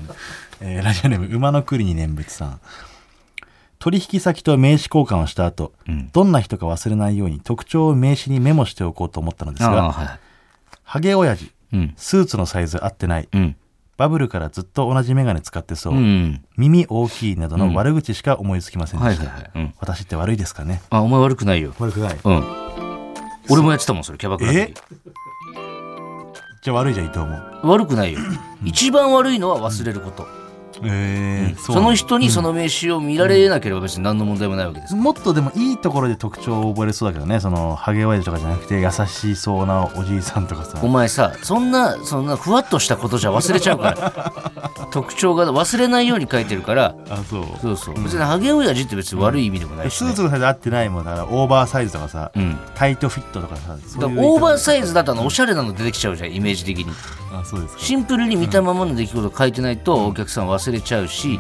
[SPEAKER 3] えーラジオネーム馬の栗に念仏さん取引先と名刺交換をした後、どんな人か忘れないように特徴を名刺にメモしておこうと思った <laughs> のです
[SPEAKER 2] ああ
[SPEAKER 3] が
[SPEAKER 2] は
[SPEAKER 3] ハゲ親父
[SPEAKER 2] いうん
[SPEAKER 3] スーツのサイズ合ってない、
[SPEAKER 2] うん
[SPEAKER 3] バブルからずっと同じメガネ使ってそう、
[SPEAKER 2] うん
[SPEAKER 3] 耳大きいなどの悪口しか思いつきませんで
[SPEAKER 2] はい
[SPEAKER 3] し
[SPEAKER 2] はい
[SPEAKER 3] た、
[SPEAKER 2] はい、うん、
[SPEAKER 3] 私って悪いですかね
[SPEAKER 2] あお前悪くないよ
[SPEAKER 3] 悪くない
[SPEAKER 2] うん。俺もやってたもん、それ、キャバクラの
[SPEAKER 3] え
[SPEAKER 2] 時
[SPEAKER 3] じゃあ悪いじゃん伊藤も
[SPEAKER 2] 悪
[SPEAKER 3] <clears throat>
[SPEAKER 2] くないよ。一番悪いのは忘れること。
[SPEAKER 3] ええそ
[SPEAKER 2] その人にその名刺を見られなければ別に何の問題もないわけです。
[SPEAKER 3] もっとでもいいところで特徴を覚えれそうだけどねそのハゲ親父とかじゃなくて優しそうなおじいさんとかさ
[SPEAKER 2] お前さ、そんな、そんな、ふわっとしたことじゃ忘れちゃうから。
[SPEAKER 3] <laughs>
[SPEAKER 2] 特徴が忘れないように書いてるから、
[SPEAKER 3] あそう
[SPEAKER 2] そうそう。別にハゲ親父って別に悪い意味でもないし、
[SPEAKER 3] ス
[SPEAKER 2] ね
[SPEAKER 3] ーツのサイズ合ってないもんだからオーバーサイズとかさ、
[SPEAKER 2] ん
[SPEAKER 3] タイトフィットとかさそ
[SPEAKER 2] だ
[SPEAKER 3] う
[SPEAKER 2] か
[SPEAKER 3] い
[SPEAKER 2] ら
[SPEAKER 3] う
[SPEAKER 2] オーバーサイズだとあのおしゃれなの出てきちゃうじゃんイメージ的に
[SPEAKER 3] あそうですか
[SPEAKER 2] シンプルに見たままの出来事を書いてないとお客さん忘れちゃうし、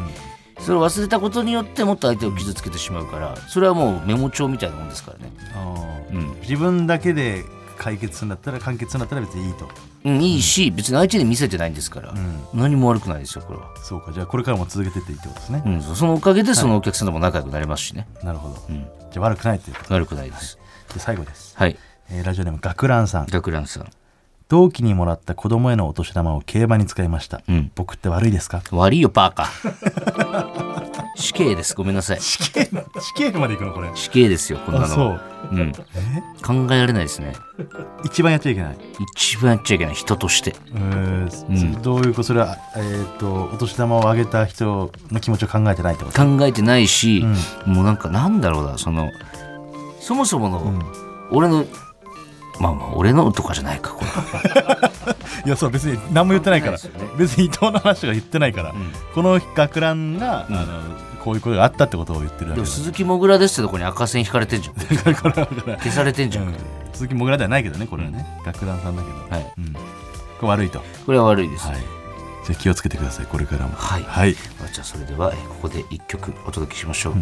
[SPEAKER 2] それを忘れたことによってもっと相手を傷つけてしまうから、それはもうメモ帳みたいなもんですからね。
[SPEAKER 3] あー
[SPEAKER 2] うん
[SPEAKER 3] 自分だけで解決するんだったら完結するんだったら別にいいと
[SPEAKER 2] うん、いいし、別に相手に見せてないんですから、何も悪くないですよ、これは。
[SPEAKER 3] そうかじゃあこれからも続けてっていいってことですね
[SPEAKER 2] う、ん、そそのおかげでそのお客さんとも仲良くなれますしね。
[SPEAKER 3] なるほど、じゃあ悪くないっていうこ
[SPEAKER 2] 悪くないです。
[SPEAKER 3] とで最後です、
[SPEAKER 2] はい。
[SPEAKER 3] えーラジオネーム学ランさん
[SPEAKER 2] 学ランさん。
[SPEAKER 3] 同期にもらった子供へのお年玉を競馬に使いました、
[SPEAKER 2] うん
[SPEAKER 3] 僕って悪いですか
[SPEAKER 2] 悪いよ、パーカ <laughs> ー。死刑です。ごめんなさい。
[SPEAKER 3] 死刑死刑まで行くのこれ
[SPEAKER 2] 死刑ですよ、こんなの。
[SPEAKER 3] あそう
[SPEAKER 2] うん。考えられないですね。
[SPEAKER 3] 一番やっちゃいけない
[SPEAKER 2] 一番やっちゃいけない、人として。
[SPEAKER 3] えーそどういうことそれはえーっとお年玉をあげた人の気持ちを考えてないってこと
[SPEAKER 2] 考えてないし、もうなんかなんだろうなそのそもそもの、俺のまあまあ俺のとかじゃないかこれ
[SPEAKER 3] いやそう別に何も言ってないから、
[SPEAKER 2] 関係ないです
[SPEAKER 3] 別
[SPEAKER 2] よね
[SPEAKER 3] に伊藤の話とか言ってないから、
[SPEAKER 2] ん
[SPEAKER 3] この学ランが、あのこういうことがあったってことを言ってるだ
[SPEAKER 2] <laughs> で
[SPEAKER 3] け
[SPEAKER 2] も
[SPEAKER 3] だ
[SPEAKER 2] 鈴木もぐらですってとこに赤線引かれてん <laughs> じゃん消されてんじゃ
[SPEAKER 3] う
[SPEAKER 2] ん、
[SPEAKER 3] ん鈴木もぐらではないけどねこれはね、学ランさんだけど、
[SPEAKER 2] はい
[SPEAKER 3] うん、これ悪いと、は
[SPEAKER 2] これは悪いです、
[SPEAKER 3] い、じゃあ気をつけてくださいこれからも
[SPEAKER 2] はい
[SPEAKER 3] はい、
[SPEAKER 2] まあじゃあそれではえーここで一曲お届けしましょう、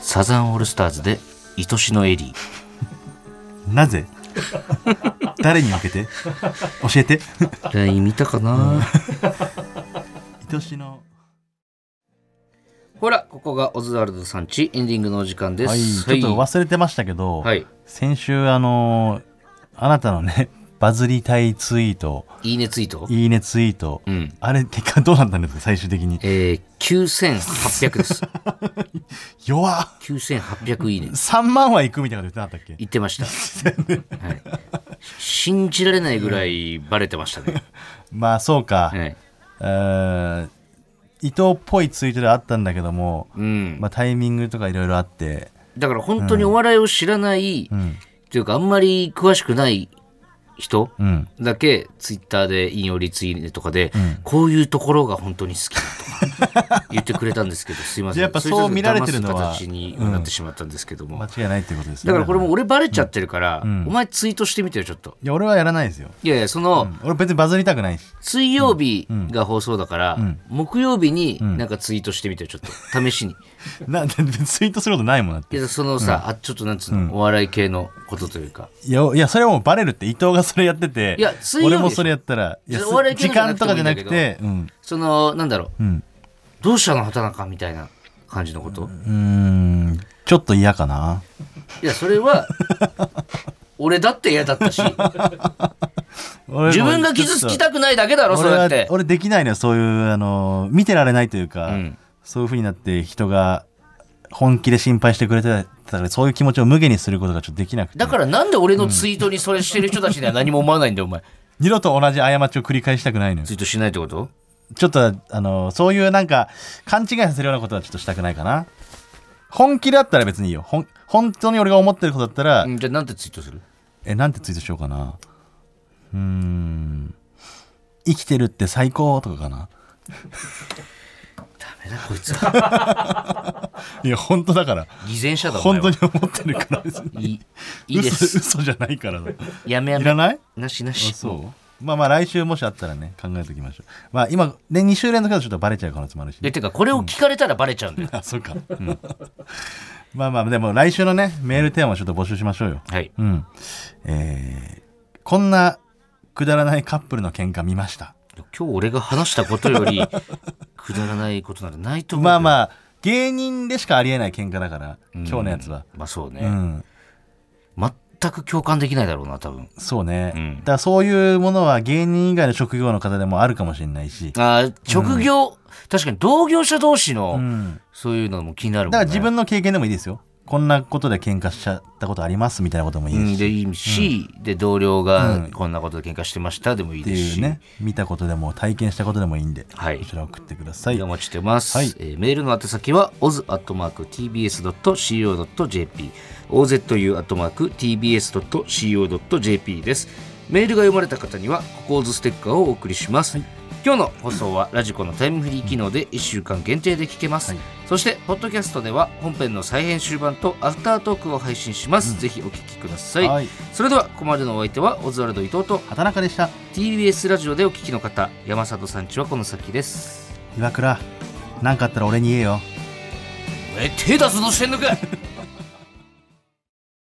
[SPEAKER 2] サザンオールスターズで「愛しのエリー
[SPEAKER 3] なぜ誰に向けて教え
[SPEAKER 2] <laughs>
[SPEAKER 3] て」
[SPEAKER 2] LINE 見たかな
[SPEAKER 3] 愛しの
[SPEAKER 2] ほらここがオズワルドさんちエンディングのお時間です、
[SPEAKER 3] はい、ちょっと忘れてましたけど、
[SPEAKER 2] はい
[SPEAKER 3] 先週あのあなたのね <laughs> バズりたいツイート
[SPEAKER 2] いいねツイート
[SPEAKER 3] いいねツイート、
[SPEAKER 2] うん
[SPEAKER 3] あれ結果どうなったんですか最終的に
[SPEAKER 2] えー、9800です
[SPEAKER 3] 弱っ
[SPEAKER 2] 9800いいね
[SPEAKER 3] 3万はいくみたいなこと言ってなかったっけ
[SPEAKER 2] 言って
[SPEAKER 3] <laughs>
[SPEAKER 2] ました、はい、信じられないぐらいバレてましたね、
[SPEAKER 3] まあそうか、
[SPEAKER 2] はい
[SPEAKER 3] えー伊藤っぽいツイートではあったんだけども、
[SPEAKER 2] うん
[SPEAKER 3] まあ、タイミングとかいろいろあって
[SPEAKER 2] だから本当にお笑いを知らない、というかあんまり詳しくない人
[SPEAKER 3] うん
[SPEAKER 2] だけツイッターで引用リツイートとかで、こういうところが本当に好きだとか言ってくれたんですけどすいませ
[SPEAKER 3] <laughs> じ
[SPEAKER 2] ん
[SPEAKER 3] ゃあやっぱそう見られてるのは
[SPEAKER 2] それぞれ騙す形になってしまったんですけども、
[SPEAKER 3] 間違いないってことですね
[SPEAKER 2] だからこれも俺バレちゃってるから、お前ツイートしてみてよちょっと
[SPEAKER 3] いや俺はやらないですよ
[SPEAKER 2] いやいやその、
[SPEAKER 3] 俺別にバズりたくないし <laughs>
[SPEAKER 2] 水曜日が放送だから、木曜日になんかツイートしてみてよちょっと試し <laughs> に
[SPEAKER 3] なツイートすることないもんだって
[SPEAKER 2] いやそのさ、あちょっとなんつうの、お笑い系のことというか
[SPEAKER 3] いや、いやそれはもうバレるって、伊藤がそれやってて、
[SPEAKER 2] いや水曜日
[SPEAKER 3] 俺もそれやったら、いや
[SPEAKER 2] それ俺
[SPEAKER 3] 時間とかじゃなく
[SPEAKER 2] じゃな
[SPEAKER 3] て、うん。
[SPEAKER 2] そのなんだろう、
[SPEAKER 3] ん
[SPEAKER 2] どうしたの畑中みたいな感じのこと、
[SPEAKER 3] うーん、ちょっと嫌かな。
[SPEAKER 2] いやそれ <laughs> は俺だって嫌だ <laughs> ったし自分が傷つきたくないだけだろそ
[SPEAKER 3] 俺
[SPEAKER 2] れだ
[SPEAKER 3] は
[SPEAKER 2] って
[SPEAKER 3] 俺できないのよ、そういう、あの、見てられないというか、
[SPEAKER 2] うん
[SPEAKER 3] そういうふうになって人が本気で心配してくれてたから、そういう気持ちを無限にすることがちょっとできなくて。
[SPEAKER 2] だからなんで俺のツイートにそれしてる人たちには何も思わないんだよお前
[SPEAKER 3] 二度と同じ過ちを繰り返したくないのよ
[SPEAKER 2] ツ。イートしないってこと
[SPEAKER 3] ちょっと、あの、そういうなんか、勘違いさせるようなことはちょっとしたくないかな。本気だったら別にいいよ。ほん本当に俺が思ってることだったら、
[SPEAKER 2] うんじゃあなんてツイートする
[SPEAKER 3] え、なんてツイートしようかな。うーん。生きてるって最高とかかな。
[SPEAKER 2] ダメだこいつは
[SPEAKER 3] いや、本当だから。
[SPEAKER 2] 偽善者だお前
[SPEAKER 3] 本
[SPEAKER 2] は
[SPEAKER 3] 当に思ってるから別に。
[SPEAKER 2] いいいいで
[SPEAKER 3] 嘘
[SPEAKER 2] す
[SPEAKER 3] 嘘じゃないからだ。い
[SPEAKER 2] やめやめ
[SPEAKER 3] らない
[SPEAKER 2] なしな
[SPEAKER 3] あ
[SPEAKER 2] し
[SPEAKER 3] そう。まあまあ来週もしあったらね、考えておきましょう。まあ今、ね、2週連続だとちょっとバレちゃう可能性もあるし、
[SPEAKER 2] で
[SPEAKER 3] ね。
[SPEAKER 2] てかこれを聞かれたらバレちゃうんだよ、
[SPEAKER 3] あ、そうか。まあまあ、でも来週のね、メールテーマをちょっと募集しましょうよ。
[SPEAKER 2] はい
[SPEAKER 3] うん。えー、こんなくだらないカップルの喧嘩見ました。
[SPEAKER 2] 今日俺が話したことより <laughs> くだらないことなんてないと思う
[SPEAKER 3] まあま
[SPEAKER 2] あ
[SPEAKER 3] あ芸人でしかありえない喧嘩だから、今日のやつは、
[SPEAKER 2] まあそうね、
[SPEAKER 3] うん、
[SPEAKER 2] 全く共感できないだろうな多分
[SPEAKER 3] そうね、
[SPEAKER 2] うん
[SPEAKER 3] だからそういうものは芸人以外の職業の方でもあるかもしれないし、
[SPEAKER 2] あー職業、確かに同業者同士の、
[SPEAKER 3] うん、
[SPEAKER 2] そういうのも気になるもん、
[SPEAKER 3] だ
[SPEAKER 2] ね、
[SPEAKER 3] から自分の経験でもいいですよこんなことで喧嘩しちゃったことありますみたいなこともいいし、
[SPEAKER 2] うん
[SPEAKER 3] っ
[SPEAKER 2] でいいし、で同僚がこんなことで喧嘩してましたでもいい
[SPEAKER 3] て
[SPEAKER 2] です
[SPEAKER 3] い
[SPEAKER 2] し、
[SPEAKER 3] うね見たことでも体験したことでもいいんで、
[SPEAKER 2] はい
[SPEAKER 3] こちら送ってください
[SPEAKER 2] お待ちしてます、
[SPEAKER 3] はい
[SPEAKER 2] えーメールの宛先は oz.tbs.co.jp ozu.tbs.co.jp ですメールが読まれた方にはココーズステッカーをお送りします、今日の放送はラジコのタイムフリー機能で1週間限定で聞けます、
[SPEAKER 3] はい
[SPEAKER 2] そしてポッドキャストでは本編の再編集版とアフタートークを配信します、ぜひお聞きください、
[SPEAKER 3] はい
[SPEAKER 2] それではここまでのお相手はオズワルド伊藤と
[SPEAKER 3] 畑中でした
[SPEAKER 2] TBS ラジオでお聞きの方山里さんちはこの先です
[SPEAKER 3] 岩倉何かあったら俺に言えよ
[SPEAKER 2] お前手出すぞしてんのか